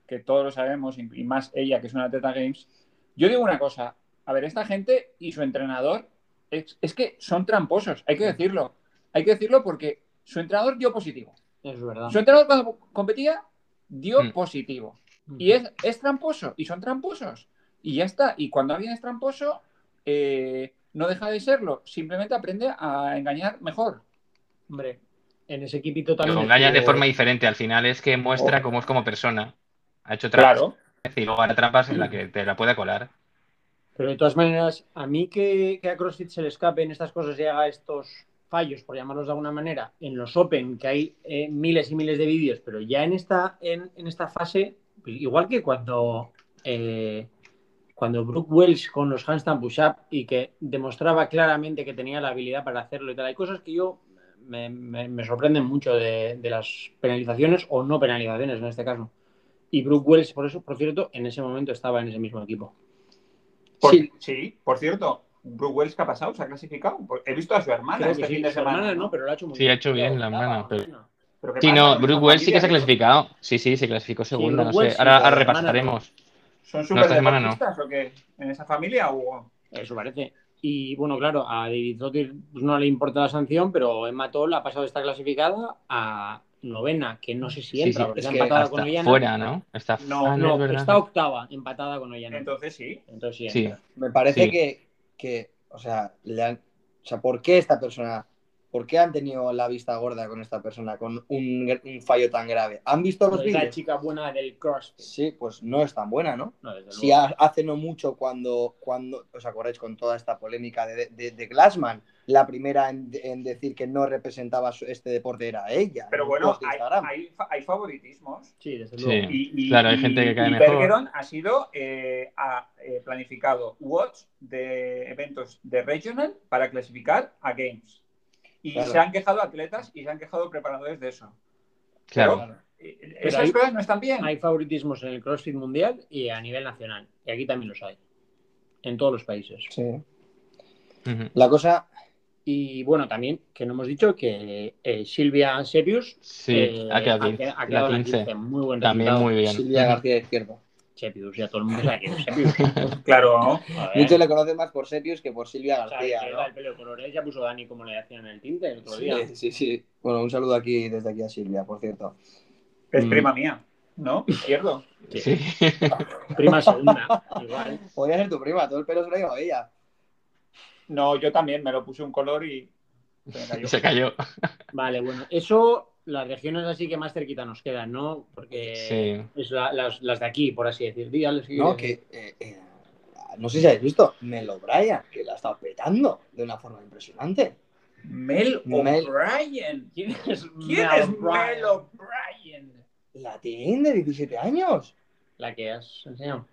Speaker 5: que todos lo sabemos y y más ella que es una Teta Games. Yo digo una cosa, a ver, esta gente y su entrenador es, es que son tramposos, hay que decirlo. Hay que decirlo porque su entrenador dio positivo.
Speaker 4: que es verdad.
Speaker 5: Su entrenador cuando competía
Speaker 6: Mm.
Speaker 5: dio positivo. Y es, es tramposo, y son tramposos. Y ya está. Y cuando alguien es tramposo, eh, no deja de serlo. Simplemente aprende a engañar mejor.
Speaker 4: Hombre, en ese equipito
Speaker 6: Lo
Speaker 4: también.
Speaker 6: engañan de
Speaker 4: estuvo-
Speaker 6: forma diferente. Al final es que muestra cómo es como persona. Ha hecho trampas
Speaker 5: Claro.
Speaker 6: y luego hará trampas en la que te la pueda colar.
Speaker 4: Pero de todas maneras, a mí que, que a CrossFit se le escapen estas cosas y haga estos fallos, por llamarlos de alguna manera, en los Open, que hay eh, miles y miles de vídeos, pero ya en esta, en, en esta fase, igual que cuando, eh, cuando Brooke Wells con los handstand push-up y que demostraba claramente que tenía la habilidad para hacerlo y tal, hay cosas que yo me, me- me sorprenden mucho de, de las penalizaciones o no penalizaciones en este caso. Y Brooke Wells, por eso, por cierto, en ese momento estaba en ese mismo equipo.
Speaker 5: Por-
Speaker 2: Sí.
Speaker 5: sí. por cierto, Brooke Wells, ¿qué ha pasado? ¿Se ha clasificado? Por- He visto a su hermana
Speaker 4: Creo que
Speaker 5: este
Speaker 4: sí,
Speaker 5: fin de
Speaker 4: su
Speaker 5: semana.
Speaker 4: hermana no, pero lo ha hecho muy
Speaker 6: Sí,
Speaker 4: bien.
Speaker 6: ha hecho bien la hermana,
Speaker 4: brava,
Speaker 6: pero-
Speaker 4: bueno.
Speaker 5: Pero ¿qué
Speaker 6: Sí,
Speaker 5: pasa?
Speaker 6: no,
Speaker 5: ¿La misma
Speaker 6: Brooke Wells sí que se ha
Speaker 5: familia?
Speaker 6: clasificado. Sí, sí, se clasificó segunda, no
Speaker 4: Brooke Wells
Speaker 6: sé.
Speaker 4: sí,
Speaker 6: Ahora,
Speaker 4: pero
Speaker 6: ahora
Speaker 4: la hermana no.
Speaker 6: repasaremos.
Speaker 5: ¿Son
Speaker 6: No, esta semana no.
Speaker 5: superdeportistas o qué? ¿En esa familia, Hugo?
Speaker 4: Eso parece. Y bueno, claro, a David Zotter pues, no le importa la sanción, pero Emma Toll ha pasado de estar clasificada a novena, que no sé si
Speaker 6: Sí,
Speaker 4: entra,
Speaker 6: sí,
Speaker 4: porque
Speaker 2: es
Speaker 4: está
Speaker 2: que
Speaker 4: empatada
Speaker 6: Hasta
Speaker 4: con Ollana.
Speaker 6: fuera, ¿no? Está
Speaker 5: No,
Speaker 6: ah,
Speaker 4: No,
Speaker 6: es verdad.
Speaker 4: está octava, empatada con Ollana. Entonces,
Speaker 5: Entonces sí.
Speaker 4: sí,
Speaker 6: Sí,
Speaker 4: entra.
Speaker 2: Me parece
Speaker 6: Sí.
Speaker 2: que, que, o sea, le han- o sea, ¿por qué esta persona, por qué han tenido la vista gorda con esta persona, con un, gr- un fallo tan grave? ¿Han visto los
Speaker 4: Es la
Speaker 2: vídeos?
Speaker 4: chica buena del CrossFit.
Speaker 2: Sí, pues no es tan buena, ¿no?
Speaker 4: No, desde
Speaker 2: Si
Speaker 4: luego.
Speaker 2: ha- hace no mucho cuando, cuando, os acordáis con toda esta polémica de, de, de Glassman, la primera en, en decir que no representaba su- este deporte era ella.
Speaker 5: Pero
Speaker 2: en un
Speaker 5: bueno,
Speaker 2: post de
Speaker 5: hay,
Speaker 2: Instagram.
Speaker 5: hay fa- hay favoritismos.
Speaker 4: Sí, desde
Speaker 6: Sí.
Speaker 4: luego.
Speaker 5: Y, y-
Speaker 6: Claro, hay
Speaker 5: y-
Speaker 6: gente que cae
Speaker 5: y
Speaker 6: mejor.
Speaker 5: Bergeron ha sido eh, ha, eh, planificado watch de eventos de regional para clasificar a games. Y
Speaker 2: Claro.
Speaker 5: se han quejado atletas y se han quejado preparadores de eso.
Speaker 6: claro.
Speaker 5: Eh, eh,
Speaker 4: Pero
Speaker 5: Esas
Speaker 4: ahí-
Speaker 5: cosas no están bien.
Speaker 4: Hay favoritismos en el CrossFit mundial y a nivel nacional. Y aquí también los hay. En todos los países.
Speaker 2: Sí.
Speaker 6: Ujú.
Speaker 2: La cosa,
Speaker 4: Y bueno, también que no hemos dicho que eh, Silvia Serius
Speaker 6: Sí,
Speaker 4: eh,
Speaker 6: ha quedado
Speaker 4: qued-
Speaker 6: quince.
Speaker 4: ha quedado
Speaker 6: La
Speaker 4: la
Speaker 6: 15.
Speaker 4: 15. Muy buen
Speaker 6: También
Speaker 4: resultado.
Speaker 6: muy bien.
Speaker 2: Silvia
Speaker 6: Ujú.
Speaker 2: García Izquierdo.
Speaker 4: Sepius, ya todo el mundo sabe quién es Sepius. A
Speaker 5: Claro.
Speaker 4: ver,
Speaker 2: Muchos le conocen más por Sepius que por Silvia
Speaker 4: o sea, que
Speaker 2: García,
Speaker 4: lleva el
Speaker 2: ¿no?
Speaker 4: pelo de colores, ya puso Dani como le hacían en el tinte el otro día.
Speaker 2: Sí, sí, sí. Bueno, un saludo aquí desde aquí a Silvia, por cierto.
Speaker 5: Es
Speaker 6: Mm.
Speaker 5: prima mía, ¿no? Izquierdo.
Speaker 6: Sí.
Speaker 4: Prima segunda, igual.
Speaker 2: Podría ser tu prima, todo el pelo se lo ha llevado ella.
Speaker 5: No, yo también me lo puse un color y se me cayó.
Speaker 6: Se cayó.
Speaker 4: Vale, bueno, eso las regiones así que más cerquita nos quedan, ¿no? Porque es la- las, las de aquí, por así decir. Di, Alex,
Speaker 2: No, que. eh, eh, no sé si habéis visto, Mel O'Brien, que la ha estado petando de una forma impresionante.
Speaker 5: Mel
Speaker 2: Mel.
Speaker 5: O'Brien.
Speaker 4: ¿Quién es,
Speaker 5: ¿Quién
Speaker 4: Mel
Speaker 5: es
Speaker 4: Bryan?
Speaker 5: Mel O'Brien?
Speaker 2: La tiene de 17 años.
Speaker 4: La que has enseñado.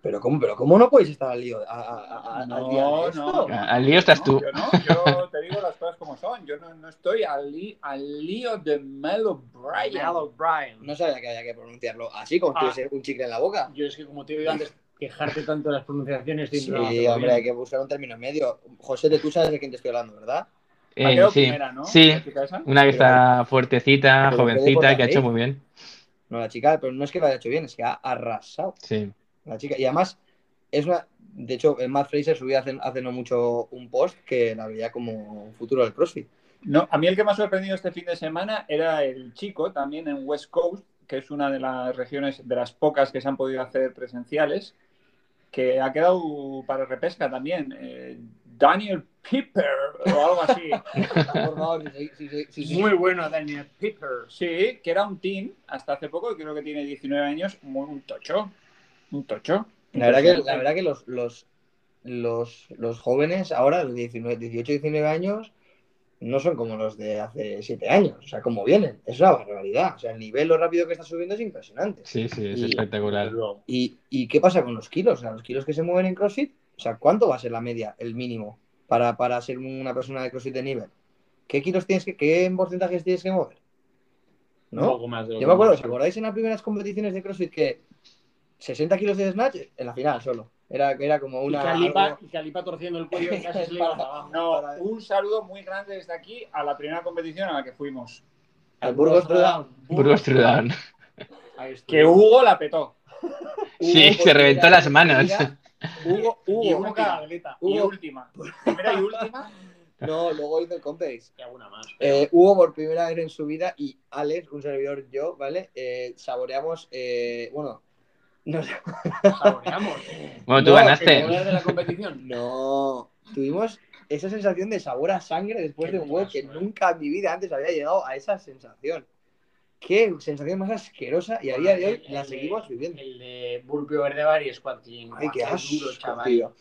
Speaker 2: Pero ¿cómo, pero cómo no podéis estar al, lío, a- a- a- al día de esto?
Speaker 5: no.
Speaker 6: Al lío estás
Speaker 5: No,
Speaker 6: tú.
Speaker 5: Yo no, yo te digo las cosas como son. Yo no, no estoy al, li- al lío de Mel O'Brien.
Speaker 4: Mel O'Brien.
Speaker 2: No sabía que había que pronunciarlo así, como si
Speaker 4: Ah.
Speaker 2: tuviese un chicle en la boca.
Speaker 4: Yo es que como te he oído antes quejarte tanto de las pronunciaciones,
Speaker 2: Sí,
Speaker 4: digo, no, pero
Speaker 2: hombre,
Speaker 4: bien.
Speaker 2: hay que buscar un término medio. José, de tú sabes de quién te estoy hablando, ¿verdad?
Speaker 5: Ha
Speaker 6: Eh,
Speaker 5: quedado
Speaker 6: sí.
Speaker 5: primera, ¿no?
Speaker 6: Sí.
Speaker 5: ¿La chica esa?
Speaker 6: Una que está fuertecita,
Speaker 2: Pero que
Speaker 6: jovencita,
Speaker 2: deporte
Speaker 6: que ha hecho
Speaker 2: hacéis.
Speaker 6: muy bien.
Speaker 2: No, la chica, pero no es que lo haya hecho bien, es que ha arrasado.
Speaker 6: Sí.
Speaker 2: La chica. Y además, es una. De hecho, eh, Matt Fraser subía hace, hace no mucho un post que la veía como un futuro del CrossFit.
Speaker 5: No, a mí el que me ha sorprendido este fin de semana era el chico, también en West Coast, que es una de las regiones, de las pocas que se han podido hacer presenciales, que ha quedado para repesca también. eh, Daniel Piper o algo así.
Speaker 2: Por favor, si- si- si- si- si-
Speaker 4: Muy bueno, Daniel Piper.
Speaker 5: Sí, que era un teen hasta hace poco, creo que tiene 19 años, muy, un tocho. Un tocho.
Speaker 2: La verdad que, la verdad que los, los, los, los jóvenes ahora, los 19, 18, 19 años, no son como los de hace 7 años. O sea, como vienen. Es una barbaridad. O sea, el nivel, lo rápido que está subiendo es impresionante.
Speaker 6: Sí, sí, es
Speaker 2: Y-
Speaker 6: espectacular.
Speaker 2: ¿Y, y qué pasa con los kilos? O sea, los kilos que se mueven en CrossFit, o sea, ¿cuánto va a ser la media, el mínimo, para, para ser una persona de CrossFit de nivel? ¿Qué kilos tienes que, qué porcentajes tienes que mover?
Speaker 4: Un
Speaker 2: ¿No?
Speaker 4: poco más de lo que
Speaker 2: Yo me acuerdo,
Speaker 4: más.
Speaker 2: ¿os acordáis en las primeras competiciones de CrossFit que 60 kilos de snatch en la final solo? Era, era como
Speaker 4: Y
Speaker 2: una.
Speaker 4: Calipa,
Speaker 2: algo-
Speaker 4: y Calipa torciendo el cuello casi se le iba hasta abajo.
Speaker 5: No,
Speaker 2: Para-
Speaker 5: un saludo muy grande desde aquí a la primera competición a la que fuimos.
Speaker 2: al Burgos Truda.
Speaker 6: Burgos Trudan.
Speaker 4: Ahí estuvo.
Speaker 5: Que Hugo la petó.
Speaker 6: Sí, se reventó las manos.
Speaker 5: Hugo,
Speaker 4: Y
Speaker 5: Hugo,
Speaker 4: una
Speaker 5: última.
Speaker 4: cagableta.
Speaker 5: Y
Speaker 2: Hugo.
Speaker 5: última. Primera y última.
Speaker 2: No, luego hizo el complex.
Speaker 4: Y alguna más.
Speaker 2: Eh, Hugo por primera vez en su vida y Alex, un servidor yo, ¿vale? Eh, saboreamos, eh, bueno, nos
Speaker 4: Saboreamos.
Speaker 6: Bueno, tú
Speaker 2: No,
Speaker 4: ¿Te
Speaker 6: ganaste.
Speaker 4: acuerdas de la competición?
Speaker 2: No, tuvimos esa sensación de sabor a sangre después
Speaker 4: Qué
Speaker 2: de un huevo que
Speaker 4: asco, eh.
Speaker 2: nunca en mi vida antes había llegado a esa sensación. Qué sensación más asquerosa y a día de hoy la seguimos viviendo.
Speaker 4: El de Burpeo Verde Bar y Squad Clean.
Speaker 2: Ay, qué
Speaker 4: duro,
Speaker 2: asco,
Speaker 4: chaval.
Speaker 2: tío.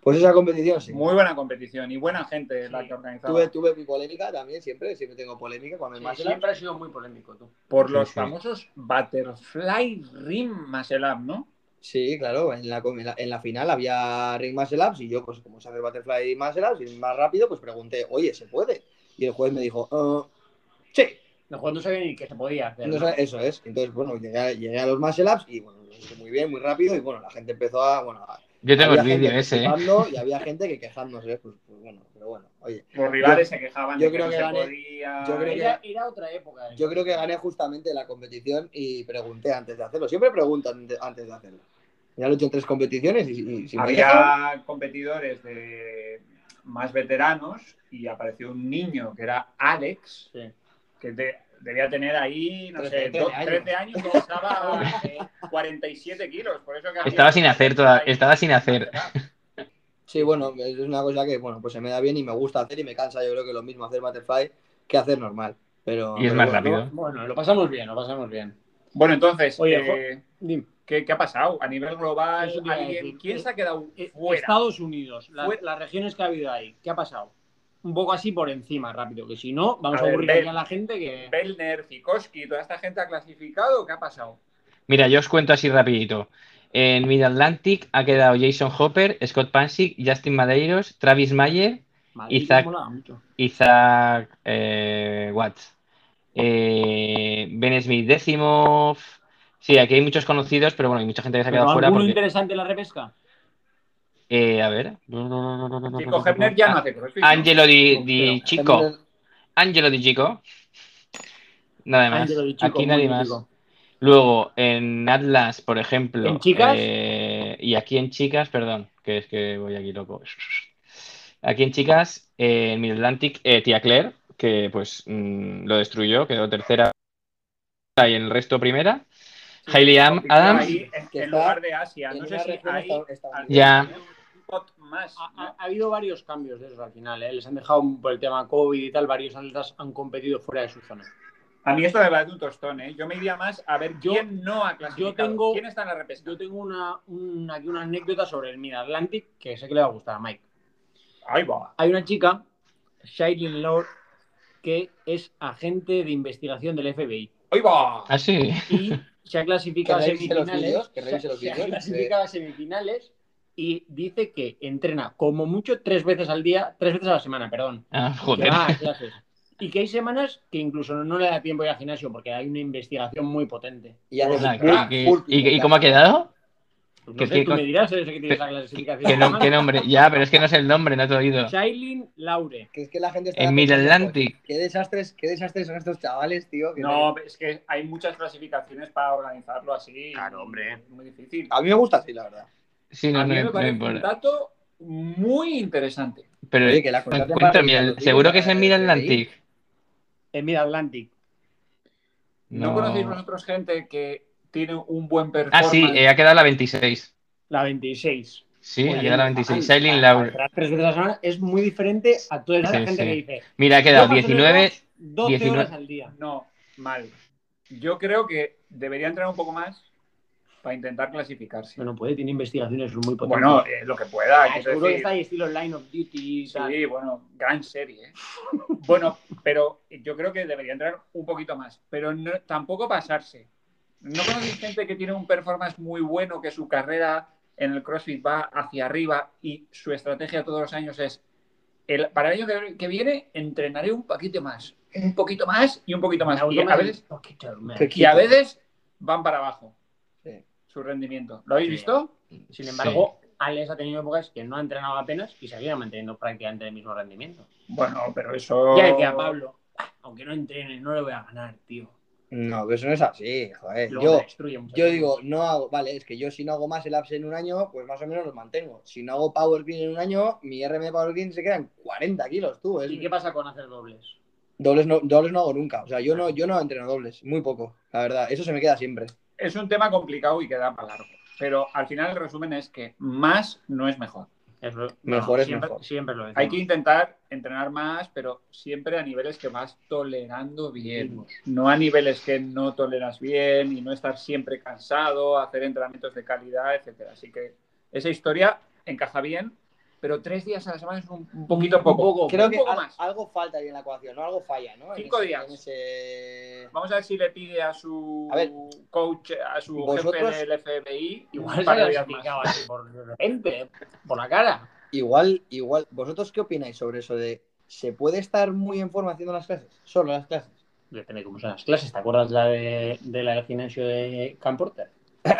Speaker 2: Pues esa competición sí.
Speaker 5: Muy buena competición y buena gente
Speaker 4: Sí.
Speaker 5: la que organizaba.
Speaker 2: Tuve, tuve mi polémica también, siempre, siempre tengo polémica cuando hay
Speaker 4: Sí,
Speaker 2: más.
Speaker 4: siempre ha sido muy polémico, tú.
Speaker 5: Por
Speaker 6: Sí,
Speaker 5: los
Speaker 6: sí.
Speaker 5: famosos Butterfly Rim Muscle Up, ¿no?
Speaker 2: Sí, claro, en la, en la, en la final había Ring Muscle Ups y yo, pues como se hace Butterfly Muscle Ups y es más rápido, pues pregunté, oye, ¿se puede? Y el juez me dijo, "Ah, sí,
Speaker 4: No, Juan no sabía ni que se podía hacer. ¿no?
Speaker 2: Entonces, eso es. Entonces, bueno, llegué a, llegué a los muscle ups y bueno, lo hice muy bien, muy rápido. Y bueno, la gente empezó a. Bueno, a-
Speaker 6: Yo tengo
Speaker 2: había
Speaker 6: el vídeo
Speaker 2: gente
Speaker 6: ese, ¿eh?
Speaker 2: participando Y había gente que quejándose. Pues, pues bueno, pero bueno, oye.
Speaker 5: Los rivales se quejaban
Speaker 2: yo
Speaker 5: de
Speaker 2: creo
Speaker 5: que,
Speaker 2: que
Speaker 5: no
Speaker 2: gané.
Speaker 5: se podía.
Speaker 2: Yo creo que-
Speaker 4: Era, era otra época. ¿eh?
Speaker 2: Yo creo que gané justamente la competición y pregunté antes de hacerlo. Siempre pregunto ante- antes de hacerlo. Ya lo he hecho en tres competiciones y, y- y si me dejan-
Speaker 5: Había competidores de más veteranos y apareció un niño que era Alex,
Speaker 4: Sí.
Speaker 5: que de- debía tener ahí, no
Speaker 2: 13
Speaker 5: sé, do-
Speaker 2: años.
Speaker 5: 13 años, y pesaba eh, 47 kilos. Por eso que
Speaker 6: Estaba sin hacer toda, estaba sin hacer.
Speaker 2: Sí, bueno, es es una cosa que, bueno, pues se me da bien y me gusta hacer y me cansa. Yo creo que lo mismo hacer butterfly que hacer normal. Pero,
Speaker 6: Y es
Speaker 2: pero
Speaker 6: más
Speaker 2: bueno,
Speaker 6: rápido.
Speaker 4: Bueno, lo pasamos bien, lo pasamos bien.
Speaker 5: Bueno, entonces,
Speaker 4: Oye,
Speaker 5: eh,
Speaker 4: Dim,
Speaker 5: ¿qué, qué ha pasado? A nivel global,
Speaker 4: Eso te iba a
Speaker 5: alguien-
Speaker 4: decir.
Speaker 5: ¿quién se ha quedado
Speaker 4: eh,
Speaker 5: fuera?
Speaker 4: Estados Unidos, la-
Speaker 5: Fuera.
Speaker 4: las regiones que ha habido ahí, ¿qué ha pasado? Un poco así por encima, rápido, que si no, vamos
Speaker 5: A
Speaker 4: a,
Speaker 5: ver,
Speaker 4: aburrir
Speaker 5: ve-
Speaker 4: aquí a la gente que.
Speaker 5: Bellner, Fikoski, toda esta gente ha clasificado. ¿Qué ha pasado?
Speaker 6: Mira, yo os cuento así rapidito. En Mid Atlantic ha quedado Jason Hopper, Scott Pansick, Justin Madeiros, Travis Mayer,
Speaker 4: Madre,
Speaker 6: Isaac-
Speaker 4: me molaba mucho.
Speaker 6: Isaac eh, Watts. Eh, ben Smith décimo. Sí, aquí hay muchos conocidos, pero bueno, hay mucha gente que se ha
Speaker 4: Pero
Speaker 6: quedado fuera
Speaker 4: ¿Alguno
Speaker 6: porque.
Speaker 4: interesante en la repesca?
Speaker 6: eh, a ver.
Speaker 5: Chico Hebner ya no hace crossfit. ¿no?
Speaker 6: Angelo di, di
Speaker 2: Pero-
Speaker 6: Chico. Angelo di Chico. Nada más.
Speaker 4: Ángelo Di Chico,
Speaker 6: aquí
Speaker 4: muy
Speaker 6: nadie más.
Speaker 4: mítico.
Speaker 6: Luego, en Atlas, por ejemplo.
Speaker 4: ¿En chicas?
Speaker 6: eh, y aquí en chicas, perdón, que es que voy aquí loco. Aquí en chicas, eh, en Mid Atlantic, eh, Tía Claire, que pues mm, lo destruyó, quedó tercera y el resto primera. Hayley Am-
Speaker 5: Fikoski
Speaker 6: Adams.
Speaker 5: ahí, en-
Speaker 2: que
Speaker 5: en
Speaker 2: está
Speaker 5: lugar de Asia.
Speaker 2: en
Speaker 5: No
Speaker 2: una
Speaker 5: sé si
Speaker 2: región
Speaker 5: ahí
Speaker 2: esta- estadounidense.
Speaker 6: Ya.
Speaker 5: un pot más.
Speaker 4: Ha, ha-
Speaker 5: ¿no?
Speaker 4: ha habido varios cambios de esos al final, ¿eh? les han dejado por el tema COVID y tal, varios atletas han competido fuera de su zona.
Speaker 5: A mí esto me parece un tostón, ¿eh? Yo me iría más a ver
Speaker 4: Yo-
Speaker 5: quién no ha clasificado.
Speaker 4: yo tengo-
Speaker 5: ¿Quién está en la repesca?
Speaker 4: Yo tengo una, una- aquí una anécdota sobre el Mid Atlantic que sé que le va a gustar a Mike.
Speaker 5: Ahí va.
Speaker 4: Hay una chica, Shailene Lord, que es agente de investigación del FBI
Speaker 5: Ahí va.
Speaker 6: Ah, sí.
Speaker 4: y se ha clasificado a
Speaker 2: Que revise los vídeos,
Speaker 4: semifinales.
Speaker 2: que revise los
Speaker 4: se ha
Speaker 2: vídeos.
Speaker 4: clasificado a semifinales y dice que entrena como mucho tres veces al día, tres veces a la semana, perdón.
Speaker 6: Ah,
Speaker 4: que
Speaker 6: joder.
Speaker 4: va a clases. Y que hay semanas que incluso no, no le da tiempo ir al gimnasio porque hay una investigación muy potente.
Speaker 2: Y hace
Speaker 6: Hola,
Speaker 2: full-
Speaker 6: ¿qué-
Speaker 2: full
Speaker 6: y, y
Speaker 2: kick,
Speaker 6: cómo ha quedado?
Speaker 4: Pues
Speaker 6: ¿Qué-
Speaker 4: no sé,
Speaker 6: qué
Speaker 4: tú
Speaker 6: co-
Speaker 4: me dirás eso que tienes la
Speaker 6: ¿Qué,
Speaker 4: clasificación.
Speaker 6: nom- qué nombre? Ya, pero es que no sé el nombre, no te he oído.
Speaker 4: Shailene Laure.
Speaker 2: Que es que la gente está.
Speaker 6: En Mid Atlantic.
Speaker 2: Qué desastres, qué desastres son estos chavales, tío. que
Speaker 5: No, es que hay muchas clasificaciones para organizarlo así.
Speaker 4: Claro, hombre.
Speaker 5: Muy difícil.
Speaker 2: A mí me gusta así, la verdad.
Speaker 6: Sí,
Speaker 5: A
Speaker 6: Ah,
Speaker 5: mí
Speaker 6: no, no-
Speaker 5: me
Speaker 6: no
Speaker 5: parece un
Speaker 6: importa.
Speaker 5: dato muy interesante.
Speaker 6: Pero
Speaker 2: Oye, que la
Speaker 6: me
Speaker 2: contraten para
Speaker 6: encuentro en Mid-
Speaker 2: los
Speaker 6: seguro
Speaker 2: vídeos
Speaker 6: que es en
Speaker 2: de-
Speaker 6: Mid
Speaker 2: de
Speaker 6: Atlantic.
Speaker 4: En Mid Atlantic.
Speaker 5: ¿No,
Speaker 6: No.
Speaker 5: conocéis vosotros gente que tiene un buen
Speaker 6: Ah,
Speaker 5: performance?
Speaker 6: sí, eh, ha quedado la 26.
Speaker 4: La 26.
Speaker 6: Sí,
Speaker 4: Oye,
Speaker 6: ha quedado la
Speaker 4: Jailin,
Speaker 6: 26.
Speaker 4: ay,
Speaker 6: Shailene
Speaker 4: a-
Speaker 6: Laure.
Speaker 4: a- Tres veces a la semana es muy diferente a toda esa
Speaker 6: Sí,
Speaker 4: gente
Speaker 6: sí.
Speaker 4: que dice.
Speaker 6: Mira, ha
Speaker 4: "Yo
Speaker 6: quedado
Speaker 4: paso de
Speaker 6: 19.
Speaker 4: dos, 12 horas
Speaker 6: 19.
Speaker 4: al día.
Speaker 5: No, mal. Yo creo que debería entrenar un poco más para intentar clasificarse.
Speaker 4: Bueno, puede, tiene investigaciones muy
Speaker 6: Pues
Speaker 4: potentes.
Speaker 5: Bueno, eh, lo que pueda.
Speaker 4: Ah,
Speaker 5: quiero
Speaker 4: seguro que
Speaker 5: decir.
Speaker 4: está ahí estilo Line of Duty y tal.
Speaker 5: Sí, bueno, gran serie. ¿eh? bueno, pero yo creo que debería entrar un poquito más, pero no- tampoco pasarse. ¿No conocéis gente que tiene un performance muy bueno, que su carrera en el CrossFit va hacia arriba y su estrategia todos los años es, el, para el año que, que viene entrenaré un poquito más, un poquito más y un poquito más. Y a veces, y a veces van para abajo
Speaker 2: Sí.
Speaker 5: su rendimiento. ¿Lo habéis
Speaker 4: Sí.
Speaker 5: visto?
Speaker 4: Sin embargo, Alex ha tenido épocas que no ha entrenado apenas y seguía manteniendo prácticamente el mismo rendimiento.
Speaker 5: Bueno, pero eso...
Speaker 4: Ya decía Pablo, "Ah, aunque no entrene, no le voy a ganar, tío.
Speaker 2: No, pero eso no es así, joder.
Speaker 4: Luego
Speaker 2: Yo,
Speaker 4: me destruye muchas
Speaker 2: yo
Speaker 4: veces.
Speaker 2: digo, no hago. Vale, es que yo si no hago más el abs en un año, pues más o menos los mantengo. Si no hago power clean en un año, mi RM de power clean se quedan 40 kilos, tú. es-
Speaker 4: ¿Y qué pasa con hacer dobles?
Speaker 2: Dobles, no, dobles no hago nunca. O sea, yo no, yo no entreno dobles, muy poco, la verdad. Eso se me queda siempre.
Speaker 5: es un tema complicado y que da para largo. Pero al final el resumen es que más no es mejor.
Speaker 4: Eso-
Speaker 2: Mejor es
Speaker 4: siempre,
Speaker 2: mejor.
Speaker 4: Siempre lo decimos.
Speaker 5: Hay que intentar entrenar más, pero siempre a niveles que vas tolerando bien. No a niveles que no toleras bien y no estar siempre cansado, hacer entrenamientos de calidad, etcétera. Así que esa historia encaja bien, pero tres días a la semana es un, un poquito poco.
Speaker 4: poco.
Speaker 2: Creo
Speaker 5: Oh,
Speaker 2: que
Speaker 5: pues un poco
Speaker 2: al-
Speaker 5: más.
Speaker 2: algo falta ahí en la ecuación, ¿no? Algo falla, ¿no? En
Speaker 5: Cinco
Speaker 2: ese-
Speaker 5: días.
Speaker 2: en ese-
Speaker 5: Vamos a ver si le pide a su
Speaker 2: A ver.
Speaker 5: coach, a su
Speaker 2: Vosotros-
Speaker 5: jefe del FBI,
Speaker 4: Igual
Speaker 5: un
Speaker 4: se
Speaker 5: par de
Speaker 4: le
Speaker 5: días
Speaker 4: ha
Speaker 5: más.
Speaker 4: picado así por de repente, por la cara.
Speaker 2: Igual, igual. ¿Vosotros qué opináis sobre eso de ¿se puede estar muy en forma haciendo las clases? Solo las clases.
Speaker 4: Depende de cómo sean las clases. ¿Te acuerdas la de, de la del gimnasio de Camp Porter?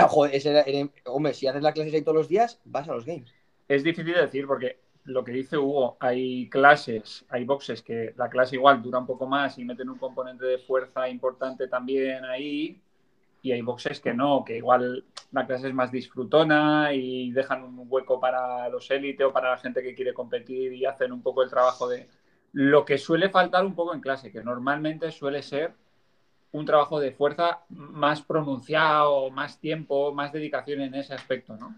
Speaker 2: Joder, ese era- era- hombre, si haces las clases ahí todos los días, vas a los games.
Speaker 5: Es difícil de decir porque lo que dice Hugo, hay clases, hay boxes que la clase igual dura un poco más y meten un componente de fuerza importante también ahí. Y hay boxes que no, que igual la clase es más disfrutona y dejan un hueco para los élite o para la gente que quiere competir y hacen un poco el trabajo de lo que suele faltar un poco en clase, que normalmente suele ser un trabajo de fuerza más pronunciado, más tiempo, más dedicación en ese aspecto, ¿no?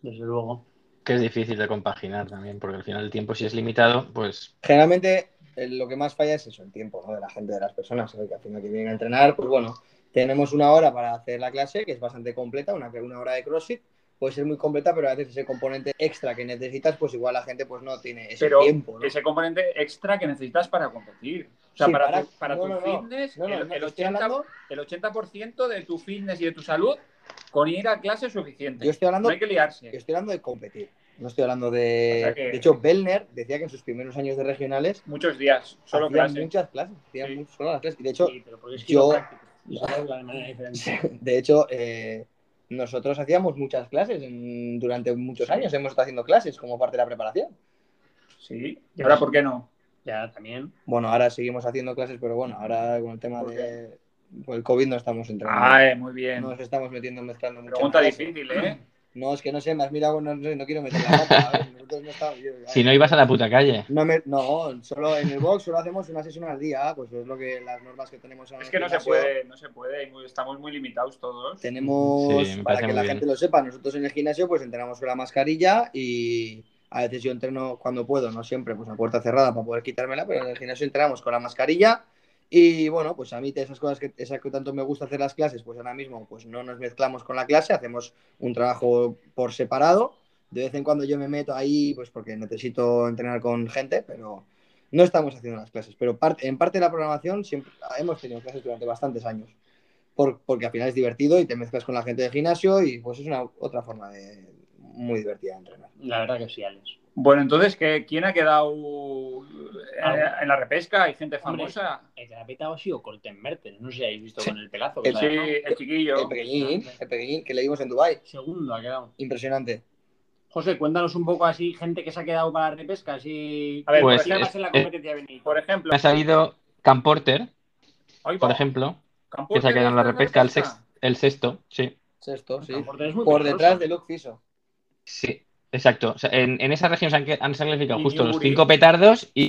Speaker 4: Desde luego.
Speaker 6: Que es difícil de compaginar también, porque al final el tiempo, si es limitado, pues
Speaker 2: Generalmente eh, lo que más falla es eso, el tiempo ¿no? de la gente, de las personas, ¿sabes? que al final que vienen a entrenar, pues bueno, tenemos una hora para hacer la clase, que es bastante completa, una, una hora de CrossFit, puede ser muy completa, pero a veces ese componente extra que necesitas, pues igual la gente pues no tiene ese
Speaker 5: pero
Speaker 2: tiempo. ¿no?
Speaker 5: ese componente extra que necesitas para competir. O sea,
Speaker 2: Sí,
Speaker 5: para,
Speaker 2: para-
Speaker 5: tu, para
Speaker 2: no,
Speaker 5: tu
Speaker 2: no, no.
Speaker 5: fitness,
Speaker 2: No, no,
Speaker 5: el,
Speaker 2: no,
Speaker 5: el
Speaker 2: estoy
Speaker 5: 80%,
Speaker 2: hablando-
Speaker 5: el 80% de tu fitness y de tu salud con ir a clase es suficiente.
Speaker 2: Yo estoy hablando
Speaker 5: no hay que liarse.
Speaker 2: Yo estoy hablando de competir, no estoy hablando
Speaker 5: O
Speaker 2: de...
Speaker 5: sea que-
Speaker 2: De hecho, Bellner decía que en sus primeros años de regionales
Speaker 5: Muchos días, solo
Speaker 2: hacían
Speaker 5: clase.
Speaker 2: muchas clases, hacían
Speaker 5: Sí.
Speaker 2: mu- solo las clases. Y de hecho,
Speaker 4: Sí, pero porque es
Speaker 2: yo-
Speaker 4: quiropráctico. Y se habla de manera diferente.
Speaker 2: de hecho eh, nosotros hacíamos muchas clases en- durante muchos años, hemos estado haciendo clases como parte de la preparación.
Speaker 5: Sí. ¿Y ahora por qué no?
Speaker 4: Ya, también.
Speaker 2: Bueno, ahora seguimos haciendo clases, pero bueno, ahora con el tema
Speaker 5: ¿Por
Speaker 2: de por el COVID no estamos entrando.
Speaker 5: Ay, muy bien.
Speaker 2: Nos estamos metiendo mezclando mucho.
Speaker 5: Ah, eh. Pregunta
Speaker 2: en clase.
Speaker 5: difícil, ¿eh?
Speaker 2: No, es que no sé, me has mirado, no, no- no quiero meter la pata. a ver, nosotros no estamos- yo-
Speaker 6: si no ibas a la puta calle.
Speaker 2: No, me- no, solo en el box solo hacemos una sesión al día, pues es lo que las normas que tenemos ahora
Speaker 5: Es
Speaker 2: en
Speaker 5: que
Speaker 2: el
Speaker 5: no se
Speaker 2: gimnasio.
Speaker 5: puede, no se puede. hay muy- Estamos muy limitados todos.
Speaker 2: Tenemos,
Speaker 6: Sí, me
Speaker 2: para
Speaker 6: parece
Speaker 2: que
Speaker 6: muy
Speaker 2: la
Speaker 6: bien.
Speaker 2: gente lo sepa, nosotros en el gimnasio pues entrenamos con la mascarilla y a veces yo entreno cuando puedo, no siempre, pues a puerta cerrada para poder quitármela, pero en el gimnasio entrenamos con la mascarilla y bueno, pues a mí de esas cosas que, esas que tanto me gusta hacer las clases, pues ahora mismo pues no nos mezclamos con la clase, hacemos un trabajo por separado. De vez en cuando yo me meto ahí pues porque necesito entrenar con gente, pero no estamos haciendo las clases. Pero parte- en parte de la programación siempre hemos tenido clases durante bastantes años por- porque al final es divertido y te mezclas con la gente del gimnasio y pues es una otra forma de muy divertida de entrenar.
Speaker 4: La verdad que sí, Alex.
Speaker 5: Bueno, entonces, ¿qué, ¿quién ha quedado eh, en la repesca? ¿Hay gente
Speaker 4: Hombre.
Speaker 5: famosa?
Speaker 4: El que la ha petado ha sido Colten Mertens. No sé si habéis visto
Speaker 2: Sí.
Speaker 4: con el pelazo. que
Speaker 2: El-
Speaker 4: se ha
Speaker 5: Sí,
Speaker 4: dejado.
Speaker 5: el chiquillo.
Speaker 2: El pequeñín, el pequeñín que le dimos en Dubai,
Speaker 4: Segundo ha quedado.
Speaker 2: impresionante.
Speaker 4: José, cuéntanos un poco así, gente que se ha quedado para la repesca, así.
Speaker 5: A ver,
Speaker 6: Pues,
Speaker 4: ¿qué
Speaker 5: por,
Speaker 6: es-
Speaker 5: ejemplo,
Speaker 4: más en la competencia venir?
Speaker 5: por ejemplo,
Speaker 6: Me ha salido Cam Porter,
Speaker 5: hoy
Speaker 6: por
Speaker 5: va.
Speaker 6: ejemplo, que
Speaker 5: Campos
Speaker 6: se ha quedado en la
Speaker 5: está
Speaker 6: repesca el, sex- el sexto, sí.
Speaker 2: Sexto, sí.
Speaker 4: Porter es muy
Speaker 2: Por
Speaker 4: peligroso.
Speaker 2: detrás de Luke Fiso.
Speaker 6: Sí, exacto. O sea, en, en esa región se han, que- han sacrificado
Speaker 5: Y
Speaker 6: justo los
Speaker 5: Newbury.
Speaker 6: cinco petardos y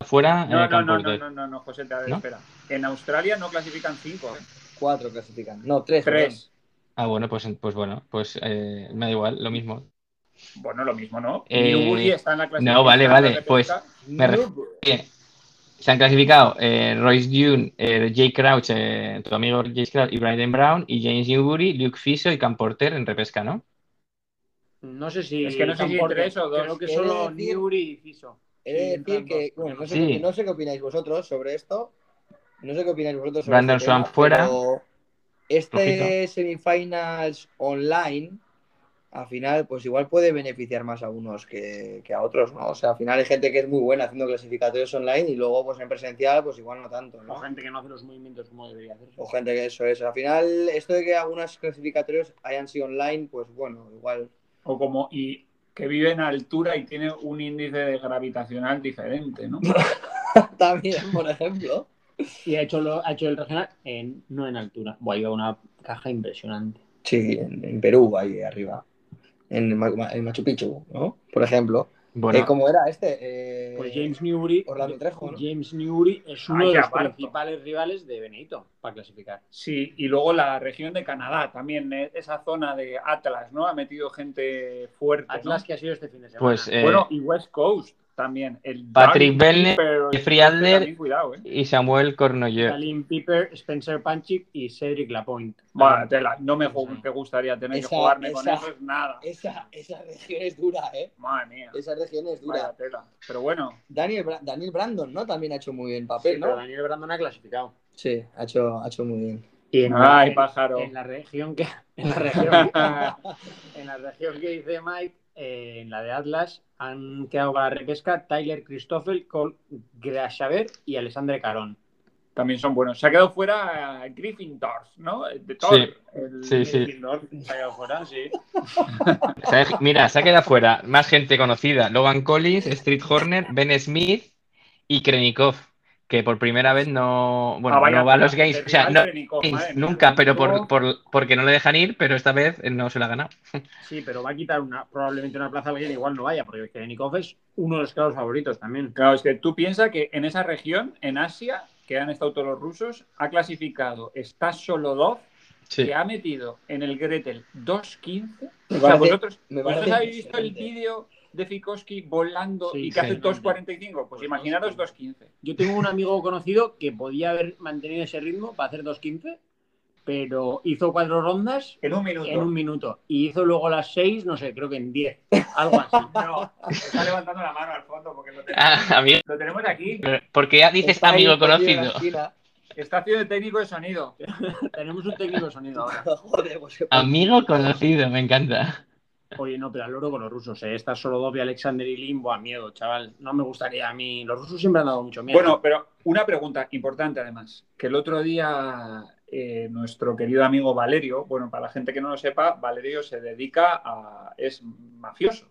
Speaker 6: afuera eh,
Speaker 5: No, no,
Speaker 6: Cam
Speaker 5: no, no,
Speaker 6: Porter.
Speaker 5: no, no, no, José, a ver,
Speaker 6: ¿No?
Speaker 5: espera. En Australia no clasifican cinco, ¿eh?
Speaker 2: Cuatro clasifican. No, tres.
Speaker 5: tres.
Speaker 6: Ah, bueno, pues, pues bueno, pues eh, me da igual, lo mismo.
Speaker 5: Bueno, lo mismo, ¿no?
Speaker 6: Eh,
Speaker 5: Newbury está en la clasificación.
Speaker 6: no, vale,
Speaker 5: está en la
Speaker 6: vale, pues-
Speaker 5: repesca.
Speaker 6: Me ref- Bien. Se han clasificado eh, Royce Dune, eh, Jay Crouch, eh, tu amigo Jay Crouch y Brandon Brown, y James Newbury, Luke Fiso y Cam Porter en repesca, ¿no?
Speaker 4: No sé si.
Speaker 5: Es que no sé si tres o dos.
Speaker 4: Creo que
Speaker 2: Quiere
Speaker 4: solo
Speaker 2: decir-
Speaker 4: Newry y Fiso.
Speaker 2: He de decir que, bueno, no sé,
Speaker 6: Sí.
Speaker 2: qué- no sé qué opináis vosotros sobre esto. No sé qué opináis vosotros sobre
Speaker 6: Brandon
Speaker 2: este tema,
Speaker 6: Swan fuera.
Speaker 2: pero Este
Speaker 6: Ojito.
Speaker 2: semifinals online, al final, pues igual puede beneficiar más a unos que, que a otros, ¿no? O sea, al final hay gente que es muy buena haciendo clasificatorios online y luego, pues en presencial, pues igual no tanto, ¿no?
Speaker 4: O gente que no hace los movimientos como debería hacer.
Speaker 2: O gente que eso es. Al final, esto de que algunas clasificatorios hayan sido online, pues bueno, igual.
Speaker 5: O como, y que vive en altura y tiene un índice de gravitacional diferente, ¿no?
Speaker 2: También, por ejemplo.
Speaker 4: Y ha hecho, lo- ha hecho el regional en, no en altura. Buah, iba una caja impresionante.
Speaker 2: Sí, en, en Perú, ahí arriba. En, Ma- en Machu Picchu, ¿no? Por ejemplo.
Speaker 6: Bueno,
Speaker 2: Eh, ¿Cómo era este? Eh,
Speaker 4: Pues James Newry.
Speaker 2: Orlando Trejo, ¿no?
Speaker 4: James Newry es uno
Speaker 5: Ay,
Speaker 4: de los
Speaker 5: aparto.
Speaker 4: principales rivales de Benito para clasificar.
Speaker 5: Sí, y luego la región de Canadá también, eh, esa zona de Atlas, ¿no? Ha metido gente fuerte. ¿no?
Speaker 4: Atlas que ha sido este fin de semana.
Speaker 6: pues eh,
Speaker 5: Bueno, y West Cost también. El
Speaker 6: Patrick
Speaker 5: Darby
Speaker 6: Bellner,
Speaker 5: Piper,
Speaker 6: Jeffrey Ah. Adler.
Speaker 5: este también, Cuidado, ¿eh?
Speaker 6: y Samuel Cornoyer.
Speaker 4: Salim Piper, Spencer Panchik y Cedric Lapointe.
Speaker 5: Vale, tela, no me, ju- me gustaría tener que
Speaker 2: Esa-
Speaker 5: jugarme con
Speaker 2: esa-
Speaker 5: eso, es nada.
Speaker 2: Esa, esa región es dura, ¿eh?
Speaker 5: Madre mía,
Speaker 2: Esa región es dura.
Speaker 5: vaya tela. Pero bueno,
Speaker 2: Daniel, Bra- Daniel Brandon, ¿no? También ha hecho muy bien
Speaker 4: Sí,
Speaker 2: papel,
Speaker 4: pero
Speaker 2: ¿no?
Speaker 4: Daniel Brandon ha clasificado.
Speaker 2: Sí, ha hecho, ha hecho muy bien.
Speaker 4: Y en,
Speaker 5: Ay,
Speaker 4: en-
Speaker 5: pájaro.
Speaker 4: en la región que en la región, en la región que dice Mike, eh, en la de Atlas han quedado para la repesca Tyler Christoffel, Cole Grashaver y Alexandre Carón.
Speaker 5: También son buenos. Se ha quedado fuera eh, Gryffindor, ¿no? De Thor.
Speaker 6: Sí,
Speaker 5: el
Speaker 6: sí, sí.
Speaker 5: Gryffindor se ha quedado fuera, sí.
Speaker 6: ¿Sabes? Mira, se ha quedado fuera más gente conocida. Logan Collins, Street Horner, Ben Smith y Krenikov, que por primera vez no, bueno,
Speaker 5: Ah, vaya,
Speaker 6: no va a los gays.
Speaker 5: el
Speaker 6: O sea,
Speaker 5: rival
Speaker 6: no
Speaker 5: de Nico,
Speaker 6: gays
Speaker 5: madre mía.
Speaker 6: nunca, pero por,
Speaker 5: Nico,
Speaker 6: por- porque no le dejan ir, pero esta vez no se la ha ganado.
Speaker 4: Sí, pero va a quitar una, probablemente una plaza a alguien, igual no vaya, porque Kerenikov es uno de los claros favoritos también.
Speaker 5: Claro, es que tú piensas que en esa región, en Asia, que han estado todos los rusos, ha clasificado Stas Solodov, que ha metido en el Gretel 2.15.
Speaker 2: Me
Speaker 5: O sea,
Speaker 2: parece-
Speaker 5: vosotros,
Speaker 2: me
Speaker 5: ¿vosotros
Speaker 2: parece
Speaker 5: habéis visto el
Speaker 2: impresionante.
Speaker 5: vídeo de Fikowski volando
Speaker 4: Sí,
Speaker 5: y que hace
Speaker 4: sí.
Speaker 5: 2.45? Pues imaginaros 2.15.
Speaker 4: Yo tengo un amigo conocido que podía haber mantenido ese ritmo para hacer 2.15, pero hizo cuatro rondas
Speaker 5: En un minuto.
Speaker 4: en un minuto y hizo luego las seis, no sé, creo que en diez, algo así.
Speaker 5: No, está levantando la mano al fondo porque lo tenemos,
Speaker 6: Ah, amigo,
Speaker 5: lo tenemos aquí.
Speaker 6: porque ya dices
Speaker 2: Está ahí
Speaker 6: este amigo
Speaker 2: perdido en la
Speaker 6: conocido.
Speaker 2: esquina.
Speaker 5: Está haciendo el técnico de sonido.
Speaker 4: Tenemos un técnico de sonido ahora.
Speaker 2: Joder, pues qué
Speaker 6: Amigo conocido, me encanta.
Speaker 4: Oye, no, pero al oro con los rusos, ¿eh? Está solo Dobby, Alexander y Limbo a miedo, chaval. No me gustaría a mí. Los rusos siempre han dado mucho miedo.
Speaker 5: Bueno, pero una pregunta importante además, que el otro día eh, nuestro querido amigo Valerio, bueno, para la gente que no lo sepa, Valerio se dedica a... es mafioso.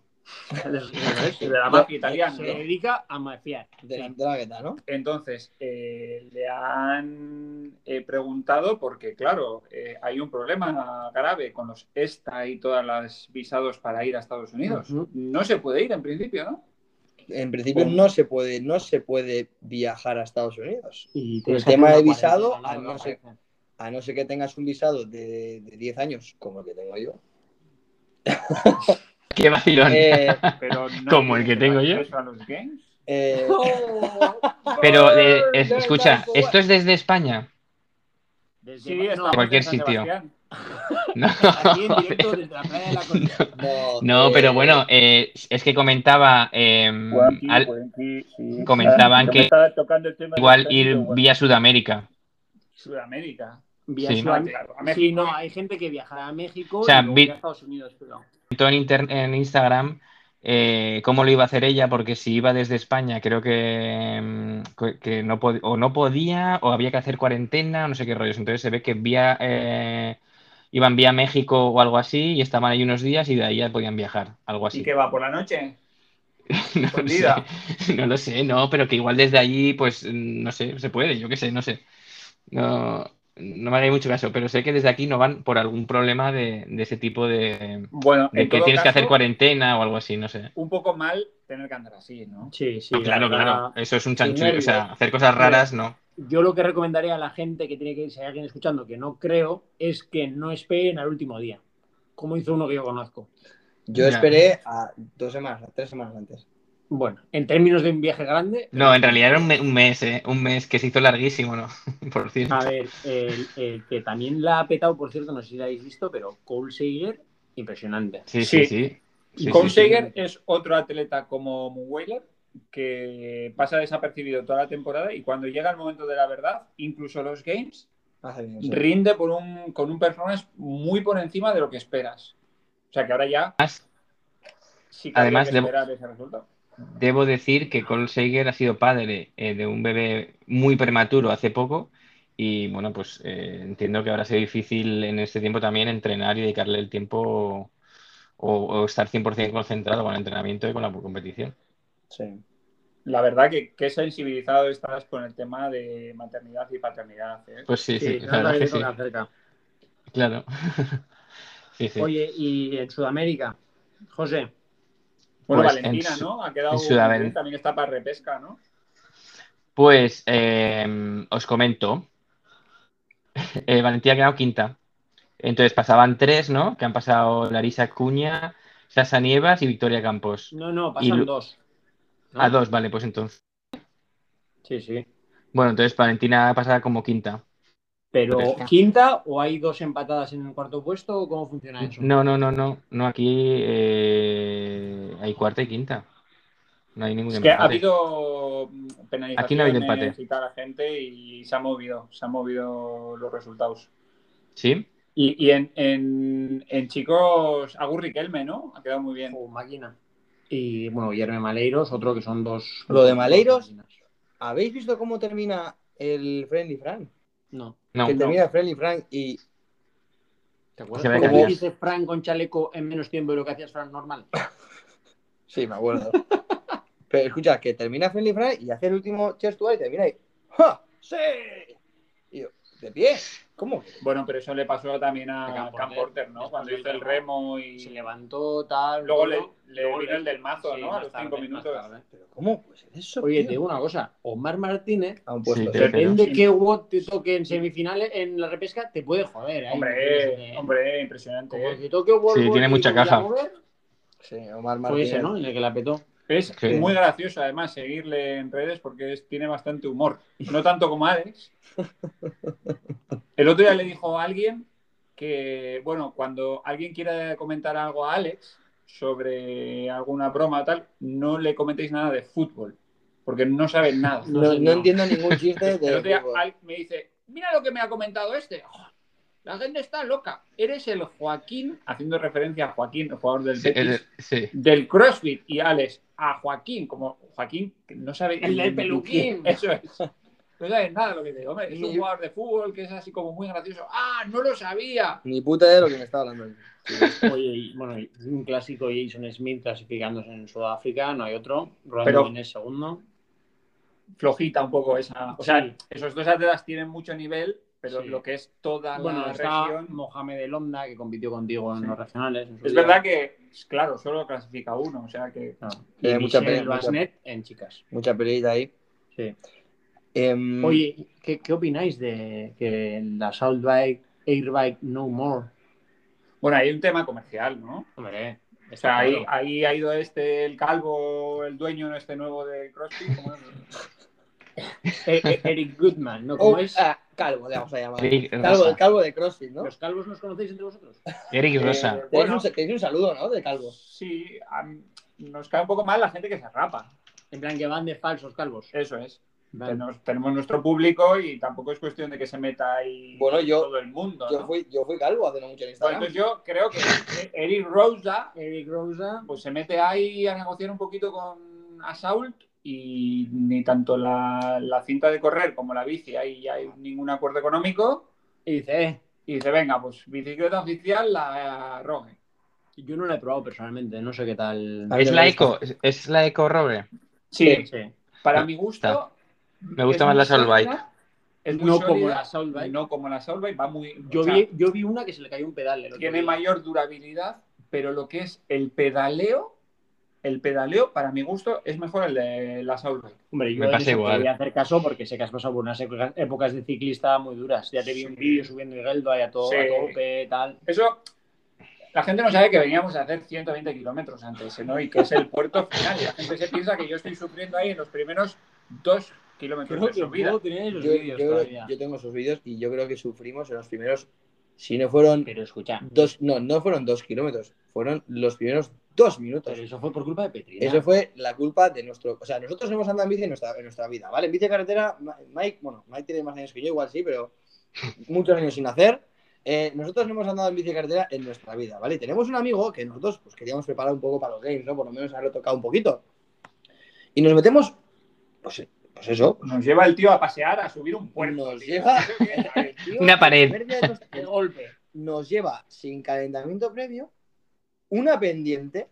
Speaker 4: de
Speaker 5: la mafia italiana,
Speaker 4: Se
Speaker 5: ¿no?
Speaker 4: dedica a mafiar.
Speaker 2: De la,
Speaker 4: Sí.
Speaker 2: de la gueta, ¿no?
Speaker 5: Entonces, eh, le han eh, preguntado porque, claro, eh, hay un problema grave con los E ESTA y todas las visados para ir a Estados Unidos.
Speaker 4: Ujú.
Speaker 5: No se puede ir en principio, ¿no?
Speaker 2: En principio
Speaker 5: Pum.
Speaker 2: no se puede, no se puede viajar a Estados Unidos.
Speaker 4: Y
Speaker 2: El
Speaker 4: tienes que
Speaker 2: tema
Speaker 4: hacer
Speaker 2: de
Speaker 4: una cuarentena,
Speaker 2: visado,
Speaker 4: ¿no?
Speaker 2: ah, no sé. A no ser que tengas un visado de, de 10 años, como el que tengo yo.
Speaker 6: Qué vacilón.
Speaker 2: Eh,
Speaker 5: Pero no
Speaker 6: Como el
Speaker 5: tiene
Speaker 6: que tengo yo.
Speaker 5: acceso a los games.
Speaker 2: eh,
Speaker 6: Pero eh, es- escucha,
Speaker 4: pues,
Speaker 6: ¿esto es desde España?
Speaker 4: Desde
Speaker 5: Sí,
Speaker 4: Ma-
Speaker 5: estamos
Speaker 4: no,
Speaker 6: cualquier
Speaker 5: en San
Speaker 6: sitio.
Speaker 5: Sebastián.
Speaker 6: No,
Speaker 4: aquí en directo desde la playa de la Concha.
Speaker 2: no,
Speaker 6: no
Speaker 2: eh,
Speaker 6: pero bueno, eh, es que comentaba eh,
Speaker 5: Guanqui,
Speaker 6: al-
Speaker 5: Guanqui, sí.
Speaker 6: comentaban
Speaker 5: Yo
Speaker 6: que
Speaker 5: pues, me estaba tocando el tema de
Speaker 6: igual
Speaker 5: los
Speaker 6: ir
Speaker 5: games,
Speaker 6: vía Sudamérica.
Speaker 5: Sudamérica.
Speaker 4: Vía
Speaker 6: Sí.
Speaker 5: Ah,
Speaker 4: Sudam-
Speaker 5: claro, a
Speaker 4: Sí,
Speaker 5: México.
Speaker 4: no, hay gente que viajará a México
Speaker 6: O sea,
Speaker 4: y luego
Speaker 6: vi-
Speaker 4: irá a Estados Unidos, pero.
Speaker 6: comentó en, inter- en Instagram eh, cómo lo iba a hacer ella, porque si iba desde España, creo que, mm, que- que no pod- o no podía, o había que hacer cuarentena, no sé qué rollos. Entonces se ve que vía, eh, iban vía México o algo así, y estaban ahí unos días y de ahí ya podían viajar, algo
Speaker 5: ¿Y
Speaker 6: así.
Speaker 5: qué va por la noche?
Speaker 6: Pues No lo, sé,
Speaker 5: escondida?
Speaker 6: no lo sé, no, pero que igual desde allí, pues mm, no sé, se puede, yo qué sé, no sé. No, no me hagáis mucho caso, pero sé que desde aquí no van por algún problema de, de ese tipo de,
Speaker 5: Bueno,
Speaker 6: de
Speaker 5: en
Speaker 6: que
Speaker 5: todo
Speaker 6: tienes que hacer
Speaker 5: caso,
Speaker 6: cuarentena o algo así, no sé.
Speaker 5: Un poco mal tener que andar así, ¿no?
Speaker 4: Sí, sí.
Speaker 6: No, Ah, claro,
Speaker 4: la-
Speaker 6: claro. Eso es un chanchullo. O
Speaker 2: nervios.
Speaker 6: sea, hacer cosas raras, no.
Speaker 4: Yo lo que recomendaría a la gente que tiene que irse, hay alguien escuchando que no creo, es que no esperen al último día. Como hizo uno que yo conozco.
Speaker 2: Yo
Speaker 6: Ya.
Speaker 2: esperé a dos semanas, a tres semanas antes.
Speaker 4: Bueno, en términos de un viaje grande.
Speaker 6: No, en realidad era un, me- un mes, ¿eh? Un mes que se hizo larguísimo, ¿no? Por cierto.
Speaker 4: A ver, el, el que también la ha petado, por cierto, no sé si la habéis visto, pero Cole Sager, impresionante.
Speaker 6: Sí, sí,
Speaker 5: sí.
Speaker 6: sí. Sí, sí,
Speaker 5: Cole
Speaker 6: sí.
Speaker 5: Sager es otro atleta como Mueller que pasa desapercibido toda la temporada y cuando llega el momento de la verdad, incluso los games,
Speaker 2: Hace bien, sí.
Speaker 5: rinde por un, con un performance muy por encima de lo que esperas. O sea que ahora ya sí que
Speaker 6: Además,
Speaker 5: habría que
Speaker 6: debo-
Speaker 5: esperar ese resultado.
Speaker 6: Debo decir que Cole Sager ha sido padre eh, de un bebé muy prematuro hace poco. Y bueno, pues eh, entiendo que habrá sido difícil en este tiempo también entrenar y dedicarle el tiempo o, o estar 100% concentrado con el entrenamiento y con la competición.
Speaker 2: Sí.
Speaker 5: La verdad que qué sensibilizado estás con el tema de maternidad y paternidad. ¿eh?
Speaker 6: Pues sí,
Speaker 4: Sí,
Speaker 6: sí, la
Speaker 4: no la
Speaker 6: verdad
Speaker 4: había
Speaker 6: que sí.
Speaker 4: tocado cerca.
Speaker 6: Claro. Sí, sí.
Speaker 4: Oye, y en Sudamérica, José,
Speaker 5: Bueno,
Speaker 6: pues, en
Speaker 5: Valentina,
Speaker 6: Su-
Speaker 5: ¿no? Ha quedado
Speaker 6: en Sudamérica.
Speaker 5: también está para repesca, ¿no?
Speaker 6: Pues eh, os comento. Eh, Valentía ha quedado quinta. Entonces pasaban tres, ¿no? Que han pasado Larisa Cuña, Sasa Nievas y Victoria Campos.
Speaker 4: no, no,
Speaker 6: Y
Speaker 4: pasan
Speaker 6: lo-
Speaker 4: dos. ¿no?
Speaker 6: A dos, vale, pues entonces.
Speaker 4: Sí, sí.
Speaker 6: Bueno, entonces Valentina pasa como quinta.
Speaker 4: Pero
Speaker 6: Tres, ¿no?
Speaker 4: quinta o hay dos empatadas en el cuarto puesto o cómo funciona eso?
Speaker 6: No, no, no, no. No, aquí eh, hay cuarta y quinta. No hay ningún
Speaker 5: Es que ha
Speaker 6: empate.
Speaker 5: habido mm, penalizaciones
Speaker 6: Aquí no ha habido empate.
Speaker 5: y tal a gente y se ha movido, se han movido los resultados.
Speaker 6: ¿Sí?
Speaker 5: Y, y en, en, en chicos, Agur Riquelme, ¿no? Ha quedado muy bien.
Speaker 4: o máquina. Y bueno, Guillermo Maleiros, otro que son dos.
Speaker 2: Lo de Maleiros.
Speaker 4: dos máquinas.
Speaker 2: ¿Habéis visto cómo termina el Friendly Frank?
Speaker 4: No.
Speaker 6: No,
Speaker 2: que termina el Friendly Frank y
Speaker 4: ¿Te
Speaker 6: Se ve
Speaker 4: acuerdas? ¿Cómo
Speaker 6: cambiado.
Speaker 4: dice Fran con chaleco en menos tiempo de lo que hacías Fran normal?
Speaker 2: Sí, me acuerdo. Pero escucha, que termina Friendly Fry y hace el último chest to bar y termina y ¡Ja! ¡Sí! Y yo, ¿de pie? ¿Cómo? que?
Speaker 5: Bueno, pero eso le pasó también
Speaker 4: A
Speaker 5: a
Speaker 4: Cam
Speaker 5: Cam
Speaker 4: Porter.
Speaker 5: Porter, ¿no?
Speaker 4: Después
Speaker 5: Cuando
Speaker 4: del
Speaker 5: hizo el
Speaker 4: remo,
Speaker 5: remo y
Speaker 4: Se levantó, tal.
Speaker 5: luego le,
Speaker 4: todo.
Speaker 5: le
Speaker 4: Luego
Speaker 5: vino
Speaker 4: le-
Speaker 5: el del mazo,
Speaker 4: Sí,
Speaker 5: ¿no? A
Speaker 4: más
Speaker 5: los
Speaker 4: tarde,
Speaker 5: cinco
Speaker 4: más
Speaker 5: minutos.
Speaker 4: tarde.
Speaker 2: ¿Pero cómo? Pues eso.
Speaker 4: Oye,
Speaker 2: tío.
Speaker 4: te digo una cosa. Omar Martínez,
Speaker 2: A un puesto.
Speaker 6: Sí,
Speaker 2: o
Speaker 6: te-
Speaker 2: sea,
Speaker 6: Pero-
Speaker 4: depende qué WOT te toque en semifinales, en la repesca, te puede joder. ¿eh?
Speaker 5: Hombre,
Speaker 4: Imagínate, ¿eh?
Speaker 5: hombre, impresionante.
Speaker 4: Como
Speaker 5: ¿eh?
Speaker 4: te toque Wolf
Speaker 6: Sí, tiene
Speaker 4: y
Speaker 6: mucha
Speaker 4: Villa
Speaker 6: caja.
Speaker 4: Mover,
Speaker 2: Sí, Omar
Speaker 4: Fue
Speaker 2: Martínez.
Speaker 4: ese, ¿no? En el que la petó.
Speaker 5: Es
Speaker 6: Sí.
Speaker 5: muy gracioso, además, seguirle en redes porque es- tiene bastante humor. No tanto como Alex. El otro día le dijo a alguien que, bueno, cuando alguien quiera comentar algo a Alex sobre alguna broma o tal, no le comentéis nada de fútbol, porque no saben nada.
Speaker 2: No,
Speaker 4: No sé,
Speaker 2: no
Speaker 4: no.
Speaker 2: entiendo ningún chiste
Speaker 5: El
Speaker 2: de.
Speaker 5: otro día
Speaker 2: fútbol.
Speaker 5: Alex me dice, mira lo que me ha comentado este. Oh, la gente está loca. Eres el Joaquín, haciendo referencia a Joaquín, el jugador del
Speaker 6: sí,
Speaker 5: Betis
Speaker 6: el- sí.
Speaker 5: del CrossFit y Alex a Joaquín, como Joaquín que no sabe.
Speaker 4: El del
Speaker 5: ni-
Speaker 4: peluquín.
Speaker 5: Eso es. No sabes nada de lo que te digo. Hombre, es un
Speaker 2: Ni-
Speaker 5: jugador de fútbol que es así como muy gracioso. ¡Ah, no lo sabía!
Speaker 2: Ni puta idea de lo que me estaba hablando.
Speaker 4: Oye, y, bueno, y un clásico Jason Smith clasificándose en Sudáfrica, no hay otro.
Speaker 5: Pero-
Speaker 4: Rolando en el segundo.
Speaker 5: Flojita un poco esa. O sea,
Speaker 4: Sí.
Speaker 5: esos dos atletas tienen mucho nivel, pero
Speaker 4: Sí.
Speaker 5: lo que es toda
Speaker 4: Bueno,
Speaker 5: la
Speaker 4: está
Speaker 5: región.
Speaker 4: Mohamed El Honda, que compitió contigo en
Speaker 5: Sí.
Speaker 4: los regionales. en su
Speaker 5: Es
Speaker 4: día.
Speaker 5: verdad que, claro, solo clasifica uno. O sea que.
Speaker 4: Claro.
Speaker 2: Que
Speaker 4: Y
Speaker 2: hay mucha
Speaker 4: Michelle
Speaker 2: pena, mucha-
Speaker 4: Bachelet en chicas.
Speaker 2: Mucha peleita ahí.
Speaker 4: Sí.
Speaker 2: Em,
Speaker 4: Oye, ¿qué, qué opináis de que la Assault Bike, Airbike No More?
Speaker 5: Bueno, hay un tema comercial, ¿no?
Speaker 4: Hombre,
Speaker 5: O sea, ahí, ahí ha ido este, el calvo, el dueño este nuevo de CrossFit. ¿cómo es?
Speaker 4: E, Eric Goodman, ¿no? ¿Cómo
Speaker 2: oh,
Speaker 4: es?
Speaker 2: ah, calvo, le vamos a llamar.
Speaker 6: Eric
Speaker 2: Calvo,
Speaker 6: Rosa.
Speaker 2: calvo de CrossFit, ¿no?
Speaker 4: ¿Los calvos nos conocéis entre vosotros?
Speaker 6: Eric
Speaker 5: Eh,
Speaker 6: Rosa.
Speaker 2: Tenéis un, tenéis un saludo, ¿no? De calvo.
Speaker 5: Sí, a mí nos cae un poco mal la gente que se rapa.
Speaker 4: En plan que van de falsos calvos.
Speaker 5: Eso es.
Speaker 4: Vale.
Speaker 5: Nos- tenemos nuestro público y tampoco es cuestión de que se meta ahí
Speaker 2: Bueno, yo-
Speaker 5: todo el mundo.
Speaker 2: Yo
Speaker 5: ¿no?
Speaker 2: fui, yo fui calvo hace no mucho en
Speaker 5: Bueno,
Speaker 2: Instagram.
Speaker 5: entonces yo creo que Eric Rosa
Speaker 4: Eric Rosa,
Speaker 5: pues, se mete ahí a negociar un poquito con Assault y ni tanto la, la cinta de correr como la bici, ahí hay ningún acuerdo económico.
Speaker 4: y dice, eh,
Speaker 5: Y dice, venga, pues bicicleta oficial la Rogue.
Speaker 4: yo no la he probado personalmente, no sé qué tal.
Speaker 2: A mí
Speaker 6: Es
Speaker 2: no
Speaker 6: la
Speaker 2: me
Speaker 6: eco, es la eco Robre.
Speaker 5: Sí,
Speaker 4: Sí.
Speaker 5: para
Speaker 6: Me
Speaker 5: mi gusto.
Speaker 6: Me gusta
Speaker 5: es
Speaker 6: más
Speaker 5: muy
Speaker 6: la Assault
Speaker 5: sólida,
Speaker 6: Bike.
Speaker 5: Es muy
Speaker 4: No como
Speaker 5: sólida.
Speaker 4: la Assault Bike.
Speaker 5: No como la Solvay, va muy. o
Speaker 4: Yo,
Speaker 5: sea,
Speaker 4: vi, yo vi una que se le cayó un pedal. el otro
Speaker 5: tiene
Speaker 4: día.
Speaker 5: mayor durabilidad, pero lo que es el pedaleo, el pedaleo, para mi gusto, es mejor el de la Solvay.
Speaker 4: Hombre, yo
Speaker 6: Me
Speaker 4: en
Speaker 6: pasa
Speaker 4: eso te
Speaker 6: igual.
Speaker 4: voy a hacer caso porque sé que has pasado por unas época- épocas de ciclista muy duras. Ya te vi
Speaker 5: Sí.
Speaker 4: un vídeo subiendo Igeldo ahí a todo
Speaker 5: Sí.
Speaker 4: a tope, tal.
Speaker 5: Eso, la gente no sabe que veníamos a hacer 120 kilómetros antes, ¿no? Y que es el puerto final. Y la gente se piensa que yo estoy sufriendo ahí en los primeros dos kilómetros
Speaker 4: Creo
Speaker 5: de
Speaker 4: que
Speaker 5: subida.
Speaker 4: puedo tener
Speaker 2: Yo,
Speaker 4: esos
Speaker 2: yo
Speaker 4: vídeos
Speaker 2: creo-
Speaker 4: todavía.
Speaker 2: yo tengo sus vídeos y yo creo que sufrimos en los primeros, si no fueron
Speaker 4: Pero escucha,
Speaker 2: dos, no, no fueron dos kilómetros, fueron los primeros dos minutos.
Speaker 4: pero eso fue por culpa de Petri.
Speaker 2: Eso fue la culpa de nuestro, o sea, nosotros hemos andado en bici en nuestra, en nuestra vida, ¿vale? En bici de carretera, Ma- Mike, bueno, Mike tiene más años que yo, igual sí, pero muchos años sin hacer. Eh, nosotros no hemos andado en bici de carretera en nuestra vida, ¿vale? Y tenemos un amigo que nosotros pues, queríamos preparar un poco para los games, ¿no? Por lo menos haberlo tocado un poquito. Y nos metemos, pues, pues eso,
Speaker 5: Nos lleva el tío a pasear, a subir un
Speaker 4: Pues
Speaker 5: puerto.
Speaker 2: Nos
Speaker 5: tío.
Speaker 2: lleva-
Speaker 5: Qué
Speaker 2: Tío,
Speaker 6: Una pared.
Speaker 2: el primer día de los-
Speaker 4: El
Speaker 2: el-
Speaker 4: golpe.
Speaker 2: nos lleva sin calentamiento previo una pendiente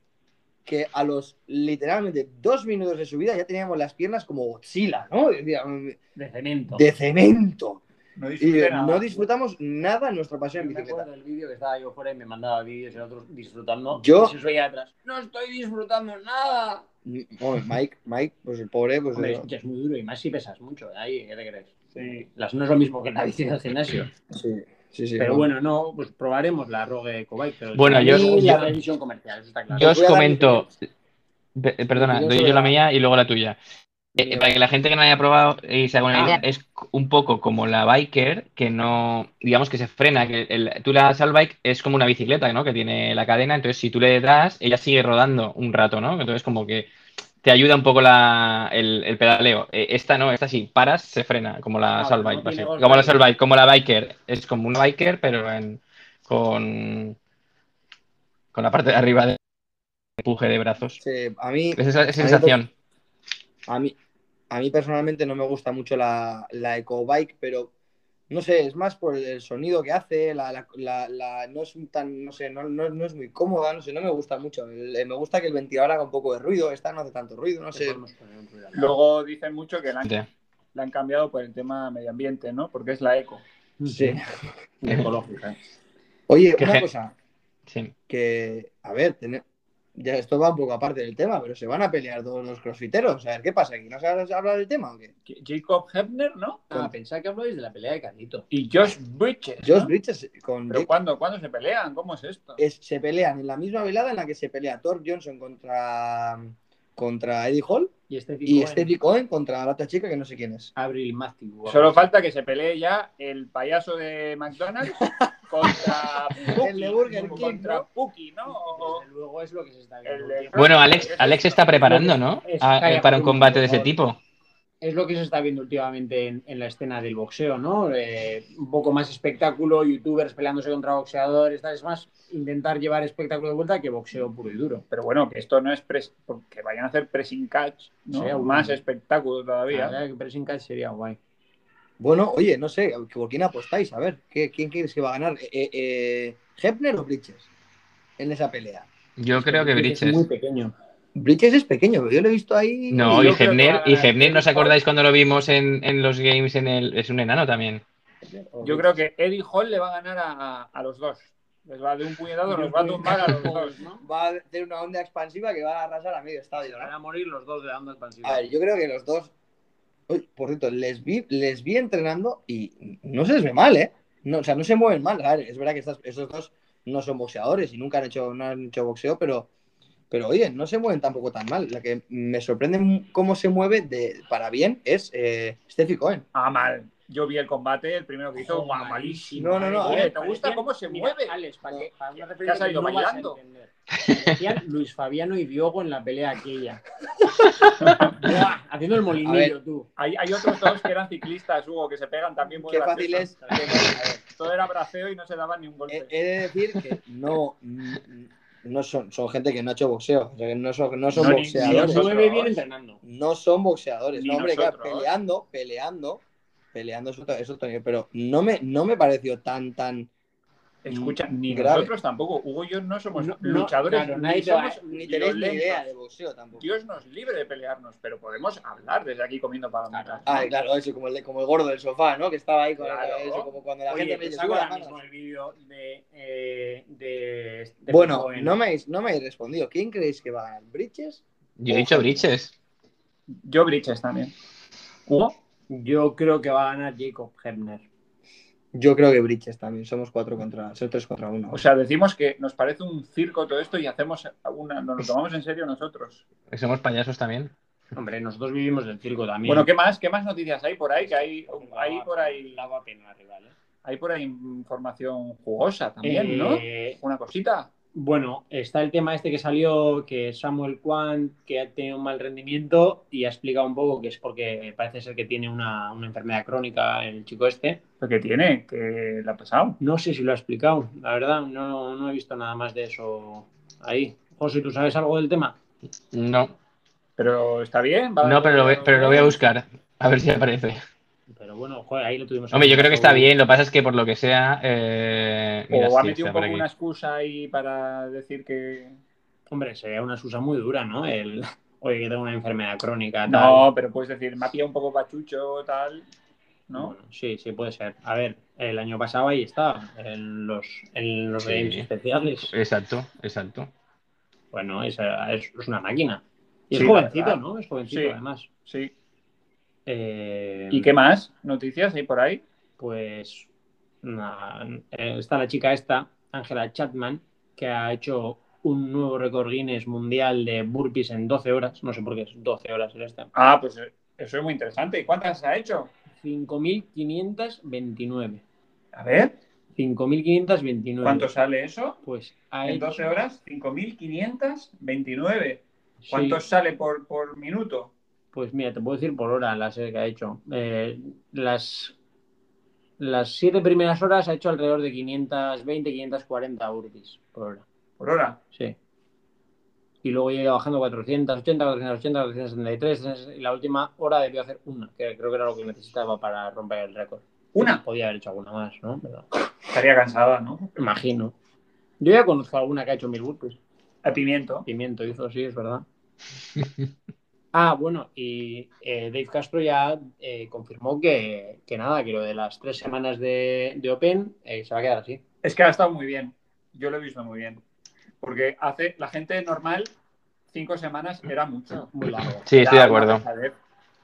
Speaker 2: que a los literalmente dos minutos de subida ya teníamos las piernas como Godzilla, ¿no? Decía, mm,
Speaker 4: De cemento.
Speaker 2: De cemento.
Speaker 4: eh,
Speaker 5: No
Speaker 2: Y
Speaker 5: disfruté nada.
Speaker 2: no disfrutamos nada en nuestra
Speaker 4: Yo
Speaker 2: pasión en
Speaker 4: me acuerdo
Speaker 2: bicicleta.
Speaker 4: del vídeo que estaba yo fuera y me mandaba vídeos y el otro disfrutando.
Speaker 2: Yo-
Speaker 4: Y se os veía atrás. No estoy disfrutando nada.
Speaker 2: Mm, hombre, Mike, Mike, pues el pobre, pues
Speaker 4: Hombre,
Speaker 2: eh,
Speaker 4: escucha, es muy duro y más si pesas mucho. ¿eh? Ahí, ¿qué te crees?
Speaker 5: Sí.
Speaker 4: Las no es lo mismo que la bici del gimnasio.
Speaker 2: sí, sí, sí,
Speaker 4: Pero
Speaker 2: no.
Speaker 4: bueno, no, pues probaremos la Rogue Ecobike. pero
Speaker 6: Bueno,
Speaker 4: para
Speaker 6: yo-
Speaker 4: mí
Speaker 6: yo-
Speaker 4: la revisión comercial, eso está claro.
Speaker 6: Yo os
Speaker 2: voy a dar mi
Speaker 6: comento. Pe- eh, Perdona,
Speaker 2: opinión
Speaker 6: doy
Speaker 2: sobre
Speaker 6: yo la
Speaker 2: la-
Speaker 6: mía y luego la tuya. Eh,
Speaker 2: Mira,
Speaker 6: para que la gente que no haya probado eh, y se haga una
Speaker 4: Ah.
Speaker 6: idea, es un poco como la biker, que no, digamos que se frena, que el- tú la bike es como una bicicleta, ¿no? Que tiene la cadena, entonces si tú le das, ella sigue rodando un rato, ¿no? Entonces como que te ayuda un poco la, el, el pedaleo. Eh, esta no, esta sí, paras, se frena, como la
Speaker 4: Ah,
Speaker 6: assault
Speaker 4: bueno,
Speaker 6: bike,
Speaker 4: no tiene
Speaker 6: básicamente.
Speaker 4: golpe.
Speaker 6: como la assault bike, como la biker, es como una biker, pero en, con, con la parte de arriba de empuje de brazos.
Speaker 2: Sí, a mí,
Speaker 6: Esa es la sensación.
Speaker 2: a mí, a mí personalmente no me gusta mucho la, la EcoBike, pero no sé, es más por el sonido que hace, la, la- la- la- no es un tan, no sé, no, no- no es muy cómoda, no sé, no me gusta mucho. El- eh, me gusta que el ventilador haga un poco de ruido, esta no hace tanto ruido, no sé.
Speaker 5: Luego dicen mucho que la han, la han cambiado por el tema medio ambiente, ¿no? Porque es la eco.
Speaker 2: Sí.
Speaker 7: Ecológica.
Speaker 2: Oye,
Speaker 6: Qué
Speaker 2: una
Speaker 6: gen-
Speaker 2: cosa,
Speaker 6: Sí.
Speaker 2: que, a ver, tene- ya esto va un poco aparte del tema, pero se van a pelear todos los crossfiteros. A ver, ¿qué pasa aquí? ¿No se ha- se habla del tema o qué?
Speaker 5: Jacob Hebner, ¿no?
Speaker 7: Ah, pensaba que habláis de la pelea de Carlito.
Speaker 5: Y Josh Bridges. ¿no?
Speaker 2: Josh Bridges Eh, con
Speaker 5: ¿Pero
Speaker 2: Jake-
Speaker 5: cuándo, cuándo se pelean? ¿Cómo es esto?
Speaker 2: es- se pelean en la misma velada en la que se pelea Thor Johnson contra, contra Eddie Hall
Speaker 7: Y este
Speaker 2: y
Speaker 7: Cohen,
Speaker 2: Stevie Cohen contra la otra chica que no sé quién es.
Speaker 7: Abril Matthew.
Speaker 5: Solo falta que se pelee ya el payaso de McDonald's contra Puki,
Speaker 2: El de Burger King,
Speaker 5: contra
Speaker 2: ¿no?
Speaker 5: Puki, ¿no? O-
Speaker 7: Desde luego es lo que se está
Speaker 5: El
Speaker 7: viendo.
Speaker 5: de-
Speaker 7: últimamente.
Speaker 6: Bueno, Alex, Alex se está preparando, ¿no?
Speaker 7: Es-
Speaker 6: A- eh,
Speaker 7: calla,
Speaker 6: para un
Speaker 7: por
Speaker 6: combate de ese
Speaker 7: favor.
Speaker 6: tipo.
Speaker 7: Es lo que se está viendo últimamente en, en la escena del boxeo, ¿no? Eh, un poco más espectáculo, youtubers peleándose contra boxeadores, tal. Es más, intentar llevar espectáculo de vuelta que boxeo puro y duro.
Speaker 5: Pero bueno, que esto no es pres- que vayan a hacer pressing catch, ¿no?
Speaker 7: Sí, aún.
Speaker 5: más espectáculo
Speaker 7: La
Speaker 5: todavía.
Speaker 7: verdad que pressing catch sería guay.
Speaker 2: Bueno, oye, no sé, ¿por quién apostáis? A ver, ¿qué- ¿quién crees que va a ganar? Eh, eh, ¿Hepner o Bridges en esa pelea?
Speaker 6: Yo creo que
Speaker 7: Es
Speaker 6: Bridges.
Speaker 7: muy pequeño.
Speaker 2: Bridges es pequeño, pero yo lo he visto ahí.
Speaker 6: No,
Speaker 5: Yo
Speaker 6: y
Speaker 5: creo que
Speaker 6: Hebner,
Speaker 5: va a
Speaker 6: y
Speaker 5: ganar
Speaker 6: Hebner, ¿no os
Speaker 5: Eddie Hall.
Speaker 6: acordáis cuando lo vimos en, en los games? En el, es un enano también.
Speaker 5: Yo creo que Eddie Hall le va a ganar a, a los dos. Les va de un puñetazo, los va a tumbar a los dos.
Speaker 7: ¿no?
Speaker 2: Va a tener una onda expansiva que va a arrasar a medio estadio. ¿no?
Speaker 7: Van a morir los dos de la onda expansiva.
Speaker 2: A ver, yo creo que los dos. Uy, por cierto, les vi, les vi entrenando y no se les ve mal, ¿eh? No, o sea, no se mueven mal. A ver, es verdad que estas, esos dos no son boxeadores y nunca han hecho, no han hecho boxeo, pero, pero oye, no se mueven tampoco tan mal. La que me sorprende mu- cómo se mueve de, para bien es eh, Steffi Cohen.
Speaker 5: Ah, mal. Yo vi el combate, el primero que hizo,
Speaker 7: Oh,
Speaker 5: guau, malísimo.
Speaker 7: malísimo.
Speaker 2: No, no, no, a
Speaker 5: Oye,
Speaker 2: ver,
Speaker 5: ¿Te gusta cómo se
Speaker 7: Mira,
Speaker 5: mueve?
Speaker 7: Alex, para que, para una
Speaker 5: que ha
Speaker 7: referencia que
Speaker 5: salido
Speaker 7: no vas a
Speaker 5: bailando.
Speaker 7: entender. Decían Luis Fabiano y Diogo en la pelea aquella. Buah, haciendo el
Speaker 2: A
Speaker 7: molinillo,
Speaker 2: ver.
Speaker 7: tú.
Speaker 5: Hay, hay otros dos que eran ciclistas, Hugo, que se pegan también muy
Speaker 2: Qué fácil
Speaker 5: gracioso.
Speaker 2: es. Eh, a ver,
Speaker 5: Todo era braceo y no se daban ni un golpe.
Speaker 2: he, he de decir que no, no son, son gente que no ha hecho boxeo. O sea, que no son, no son
Speaker 5: No, ni- ni
Speaker 7: Y los
Speaker 2: boxeadores.
Speaker 5: nosotros.
Speaker 7: nueve bien entrenando.
Speaker 2: no son boxeadores.
Speaker 5: Ni
Speaker 2: No, hombre, claro,
Speaker 5: nosotros.
Speaker 2: peleando, peleando, peleando es otro, es otro nivel, Pero no me, no me pareció tan, tan.
Speaker 5: Escucha, ni
Speaker 2: Grave.
Speaker 5: nosotros tampoco. Hugo y yo no somos
Speaker 7: No, no,
Speaker 5: luchadores,
Speaker 7: claro,
Speaker 5: ni
Speaker 7: nadie te va a-
Speaker 5: somos
Speaker 2: Ni tenéis ni
Speaker 5: violentos.
Speaker 2: idea de boxeo tampoco.
Speaker 5: Dios nos libre de pelearnos, pero podemos hablar desde aquí comiendo palomitas.
Speaker 2: Ah, claro, eso, como el, de- como el gordo del sofá, ¿no? Que estaba ahí con
Speaker 5: Claro.
Speaker 2: eso, como cuando la
Speaker 7: Oye,
Speaker 2: gente
Speaker 7: te
Speaker 2: me
Speaker 7: saco
Speaker 2: sube las
Speaker 7: ahora
Speaker 2: manos.
Speaker 7: mismo el vídeo de, eh, de, de
Speaker 2: Bueno,
Speaker 7: Cohen.
Speaker 2: no me, habéis, no me habéis respondido. ¿Quién creéis que va a ganar? ¿Bridges?
Speaker 6: Yo he dicho Bridges.
Speaker 5: Yo Bridges también. ¿Hugo?
Speaker 7: Yo creo que va a ganar Jacob Hebner.
Speaker 2: Yo creo que Bridges también. Somos cuatro contra. Son tres contra uno.
Speaker 5: O sea, decimos que nos parece un circo todo esto y hacemos una, nos lo tomamos en serio nosotros.
Speaker 6: Somos payasos también.
Speaker 7: Hombre, nosotros vivimos del circo también.
Speaker 5: Bueno, ¿qué más? ¿Qué más noticias hay por ahí? Que hay,
Speaker 6: Pues
Speaker 5: hay por ahí,
Speaker 7: Daba pena rival, ¿eh?
Speaker 5: hay por ahí información jugosa también, ¿no?
Speaker 7: Eh,
Speaker 5: Una cosita.
Speaker 7: Bueno, está el tema este que salió, que Samuel Kwan, que ha tenido un mal rendimiento y ha explicado un poco que es porque parece ser que tiene una, una enfermedad crónica el chico este.
Speaker 5: Lo que tiene, que la ha pasado.
Speaker 7: No sé si lo ha explicado, la verdad, no, no he visto nada más de eso ahí. José, ¿tú sabes algo del tema?
Speaker 6: No,
Speaker 5: Pero está bien. ¿Va-
Speaker 6: no, pero lo, ve- pero lo voy a buscar. A ver si aparece.
Speaker 7: Pero bueno, joder, ahí lo tuvimos.
Speaker 6: Hombre, yo creo que está bien. Lo que pasa es que por lo que sea. eh, mira,
Speaker 5: O ha
Speaker 6: sí,
Speaker 5: metido
Speaker 6: está
Speaker 5: un
Speaker 6: por
Speaker 5: poco
Speaker 6: aquí.
Speaker 5: una excusa ahí para decir que.
Speaker 7: Hombre, sería una susa muy dura, ¿no? El, oye, que tengo una enfermedad
Speaker 6: Ah,
Speaker 7: crónica, tal.
Speaker 5: No, pero puedes decir, me ha pillado un poco pachucho, tal. ¿No?
Speaker 7: Bueno, sí, sí, puede ser. A ver, el año pasado ahí estaba, en los, en los
Speaker 6: Sí.
Speaker 7: games especiales.
Speaker 6: Exacto, exacto.
Speaker 7: Bueno, es, es, es una máquina. Y es
Speaker 5: Sí, la
Speaker 7: jovencito,
Speaker 5: verdad.
Speaker 7: ¿no? Es jovencito,
Speaker 5: Sí.
Speaker 7: además.
Speaker 5: Sí.
Speaker 7: Eh,
Speaker 5: ¿Y qué más? ¿Noticias hay por ahí?
Speaker 7: Pues na- eh, está la chica esta, Angela Chapman, que ha hecho un nuevo récord Guinness mundial de burpees en 12 horas. No sé por qué es 12 horas el esta.
Speaker 5: Ah, pues eh, eso es muy interesante. ¿Y cuántas ha hecho?
Speaker 7: 5.529.
Speaker 5: A ver,
Speaker 7: 5.529.
Speaker 5: ¿cuánto sale eso?
Speaker 7: Pues ha
Speaker 5: En
Speaker 7: hecho...
Speaker 5: 12 horas, 5.529. ¿Cuánto
Speaker 7: sí,
Speaker 5: sale por, por minuto?
Speaker 7: pues mira, te puedo decir por hora las eh, que ha hecho. Eh, las... las siete primeras horas ha hecho alrededor de 520, 540 URBIs por hora.
Speaker 5: Por hora.
Speaker 7: Sí. Y luego llega bajando 480, 480, 473. Y la última hora debió hacer una, que creo que era lo que necesitaba para romper el récord.
Speaker 5: Una.
Speaker 7: Podía haber hecho alguna más, ¿no? Pero,
Speaker 5: Estaría cansada, ¿no?
Speaker 7: imagino. Yo ya conozco alguna que ha hecho mil burpees.
Speaker 5: A pimiento.
Speaker 7: Pimiento hizo, sí, es verdad. Ah, bueno, y eh, Dave Castro ya eh, confirmó que, que nada, que lo de las tres semanas de, de Open eh, se va a quedar así.
Speaker 5: Es que ha estado muy bien. Yo lo he visto muy bien. Porque hace la gente normal, cinco semanas era mucho.
Speaker 7: Muy largo.
Speaker 6: Sí, estoy de
Speaker 5: Era una
Speaker 6: acuerdo.
Speaker 5: pesadez.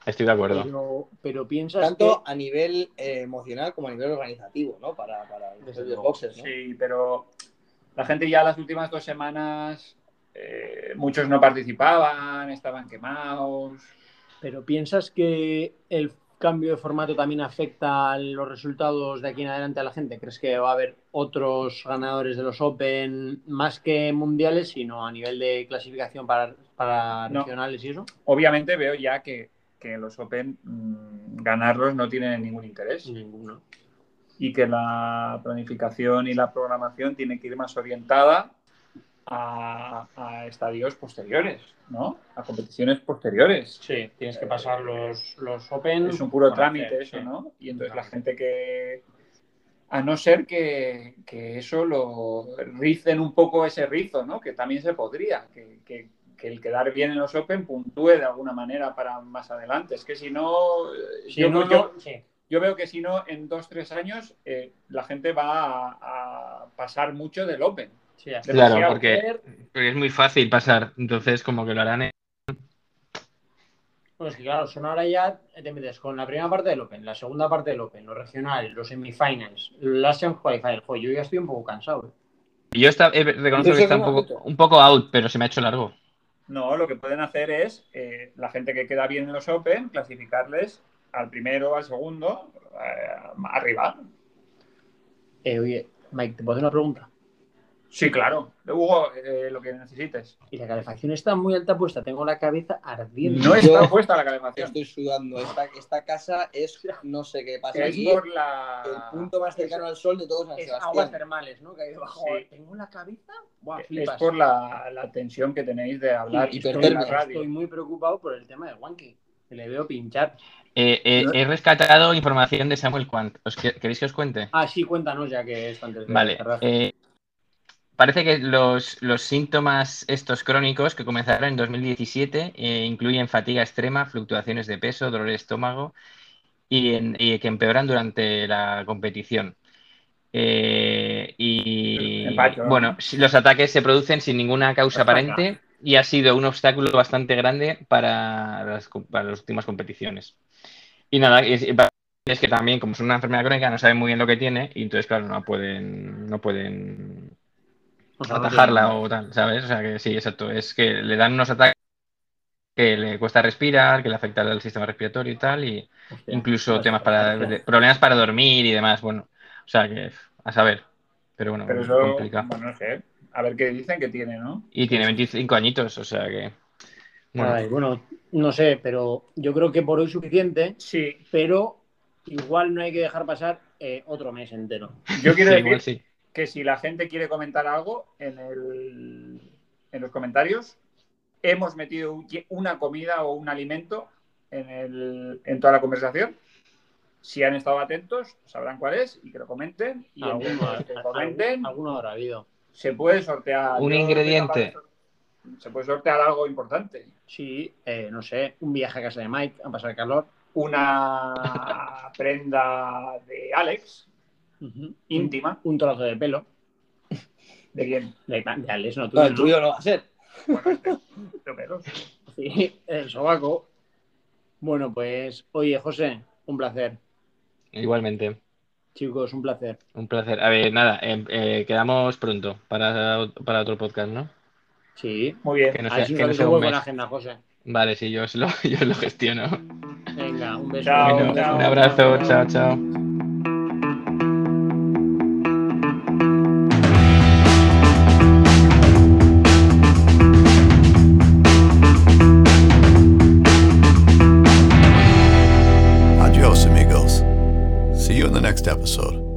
Speaker 6: Estoy de acuerdo.
Speaker 7: Pero, pero piensas
Speaker 2: Tanto a nivel eh, emocional como a nivel organizativo, ¿no? Para, para los
Speaker 7: Desde
Speaker 2: propios
Speaker 7: luego.
Speaker 2: boxers, ¿no?
Speaker 5: Sí, pero la gente ya las últimas dos semanas, eh, muchos no participaban, estaban quemados.
Speaker 7: Pero piensas que el cambio de formato también afecta a los resultados de aquí en adelante a la gente. ¿Crees que va a haber otros ganadores de los Open más que mundiales, sino a nivel de clasificación para, para
Speaker 5: No.
Speaker 7: regionales y eso?
Speaker 5: Obviamente veo ya que, que los Open mm, ganarlos no tienen ningún interés.
Speaker 7: Ninguno.
Speaker 5: y que la planificación y la programación tiene que ir más orientada a, a estadios posteriores, ¿no? A competiciones posteriores.
Speaker 7: Sí, tienes
Speaker 5: que pasar los-
Speaker 7: Open.
Speaker 5: Es un puro trámite eso, ¿no? Y entonces la gente que... A no ser que, que eso lo ricen un poco ese rizo, ¿no? Que también se podría, que, que- que el quedar bien en los Open puntúe de alguna manera para más adelante. Es que si no, eh, yo- yo- yo veo que si no, en dos, tres años eh, la gente va a, a pasar mucho del Open.
Speaker 6: Claro,
Speaker 5: Demasiado.
Speaker 6: porque, porque es muy fácil pasar. Entonces, como que lo harán. en-
Speaker 7: Pues que claro, son ahora ya te metes con la primera parte del Open, la segunda parte del Open, los regionales, los semifinals, las semifinals. Joder, yo ya estoy un poco cansado. ¿eh?
Speaker 6: Yo está, eh, reconozco
Speaker 2: Eso es
Speaker 6: que está un
Speaker 2: una
Speaker 6: poco,
Speaker 2: puta.
Speaker 6: un poco out, pero se me ha hecho largo.
Speaker 5: No, lo que pueden hacer es eh, la gente que queda bien en los Open, clasificarles al primero, al segundo, eh, arriba.
Speaker 7: Eh, oye, Mike, ¿te puedo hacer una pregunta?
Speaker 5: Sí, claro. Hugo, eh, lo que necesites.
Speaker 7: Y la calefacción está muy alta puesta, tengo la cabeza ardiendo.
Speaker 5: No está
Speaker 2: Yo-
Speaker 5: puesta la calefacción.
Speaker 2: Estoy sudando. Esta, esta casa es, no sé qué pasa
Speaker 5: Ah. Es
Speaker 2: aquí,
Speaker 5: por
Speaker 2: el
Speaker 5: la...
Speaker 2: punto más cercano al sol de todo San
Speaker 7: Es aguas
Speaker 2: Sebastián.
Speaker 7: termales, ¿no? Que hay debajo.
Speaker 5: Sí.
Speaker 7: Tengo la cabeza. Buah,
Speaker 5: Es
Speaker 7: flipas.
Speaker 5: por la, la tensión que tenéis de hablar
Speaker 7: Y- y
Speaker 5: en la
Speaker 2: hipertermia.
Speaker 5: radio.
Speaker 7: Estoy muy preocupado por el tema de Wanky. Que le veo pinchar.
Speaker 6: Eh, eh, he rescatado información de Samuel Quant. ¿Os que- ¿Queréis que os cuente?
Speaker 7: Ah, sí, cuéntanos ya que es antes de
Speaker 6: Vale.
Speaker 7: cerrar.
Speaker 6: eh, parece que los, los síntomas estos crónicos que comenzaron en 2017 eh, incluyen fatiga extrema, fluctuaciones de peso, dolor de estómago y, en- y que empeoran durante la competición. Eh, y
Speaker 5: Empacho, ¿no?
Speaker 6: bueno, si- los ataques se producen sin ninguna causa
Speaker 7: Estaca.
Speaker 6: aparente y ha sido un obstáculo bastante grande para las, co- para las últimas competiciones. Y nada, es, es que también, como es una enfermedad crónica, no saben muy bien lo que tiene y entonces, claro, no pueden, no pueden
Speaker 7: O sea, no
Speaker 6: atajarla
Speaker 7: tiene-
Speaker 6: o tal, ¿sabes? O sea que sí, exacto. Es que le dan unos ataques que le cuesta respirar, que le afecta al sistema respiratorio y tal, y
Speaker 7: Hostia,
Speaker 6: incluso
Speaker 7: hostia,
Speaker 6: temas para
Speaker 7: hostia.
Speaker 6: de- problemas para dormir y demás. Bueno, o sea que pf, a saber. Pero bueno,
Speaker 5: Pero eso,
Speaker 6: complicado.
Speaker 5: bueno, no sé. A ver qué dicen que tiene, ¿no?
Speaker 6: Y tiene 25 añitos, o sea que. Bueno,
Speaker 7: Ay, Bueno. no sé, pero yo creo que por hoy suficiente,
Speaker 5: Sí,
Speaker 7: pero igual no hay que dejar pasar eh, otro mes entero.
Speaker 5: yo quiero
Speaker 6: sí,
Speaker 5: decir
Speaker 6: igual sí.
Speaker 5: que si la gente quiere comentar algo en, el- en los comentarios, hemos metido un- una comida o un alimento en, el- en toda la conversación. Si han estado atentos, sabrán cuál es y que lo comenten. Y
Speaker 7: Alguno-
Speaker 5: entre los que comenten,
Speaker 7: alguno- alguno habrá habido.
Speaker 5: se puede sortear.
Speaker 6: Un
Speaker 5: Yo-
Speaker 6: ingrediente.
Speaker 5: Se puede sortear algo importante.
Speaker 7: Sí, eh, no sé, un viaje a casa de Mike a pasar calor.
Speaker 5: Una prenda de Alex,
Speaker 7: Ujú.
Speaker 5: íntima.
Speaker 7: Un trozo de pelo.
Speaker 5: ¿De quién?
Speaker 7: De, de Alex, no, tú,
Speaker 6: Ah,
Speaker 2: No, el
Speaker 7: ¿no?
Speaker 2: tuyo no va a ser.
Speaker 5: Bueno, este, de pelos.
Speaker 7: Sí, el sobaco. Bueno, pues, oye, José, un placer.
Speaker 6: Igualmente.
Speaker 7: Chicos, un placer.
Speaker 6: Un placer. A ver, nada, eh, eh, quedamos pronto para, para otro podcast, ¿no?
Speaker 7: Sí.
Speaker 5: Muy bien.
Speaker 6: Que no
Speaker 7: A
Speaker 6: sea,
Speaker 7: ver si
Speaker 6: que no
Speaker 7: nos
Speaker 6: sea
Speaker 7: un
Speaker 6: un
Speaker 7: huevo en
Speaker 6: mes.
Speaker 7: la agenda, José.
Speaker 6: Vale, sí, yo os lo, yo os lo gestiono.
Speaker 7: Venga, un beso.
Speaker 5: Chao,
Speaker 6: Bueno,
Speaker 5: chao,
Speaker 6: un abrazo, chao, chao.
Speaker 3: Adios, amigos. See you in the next next episode.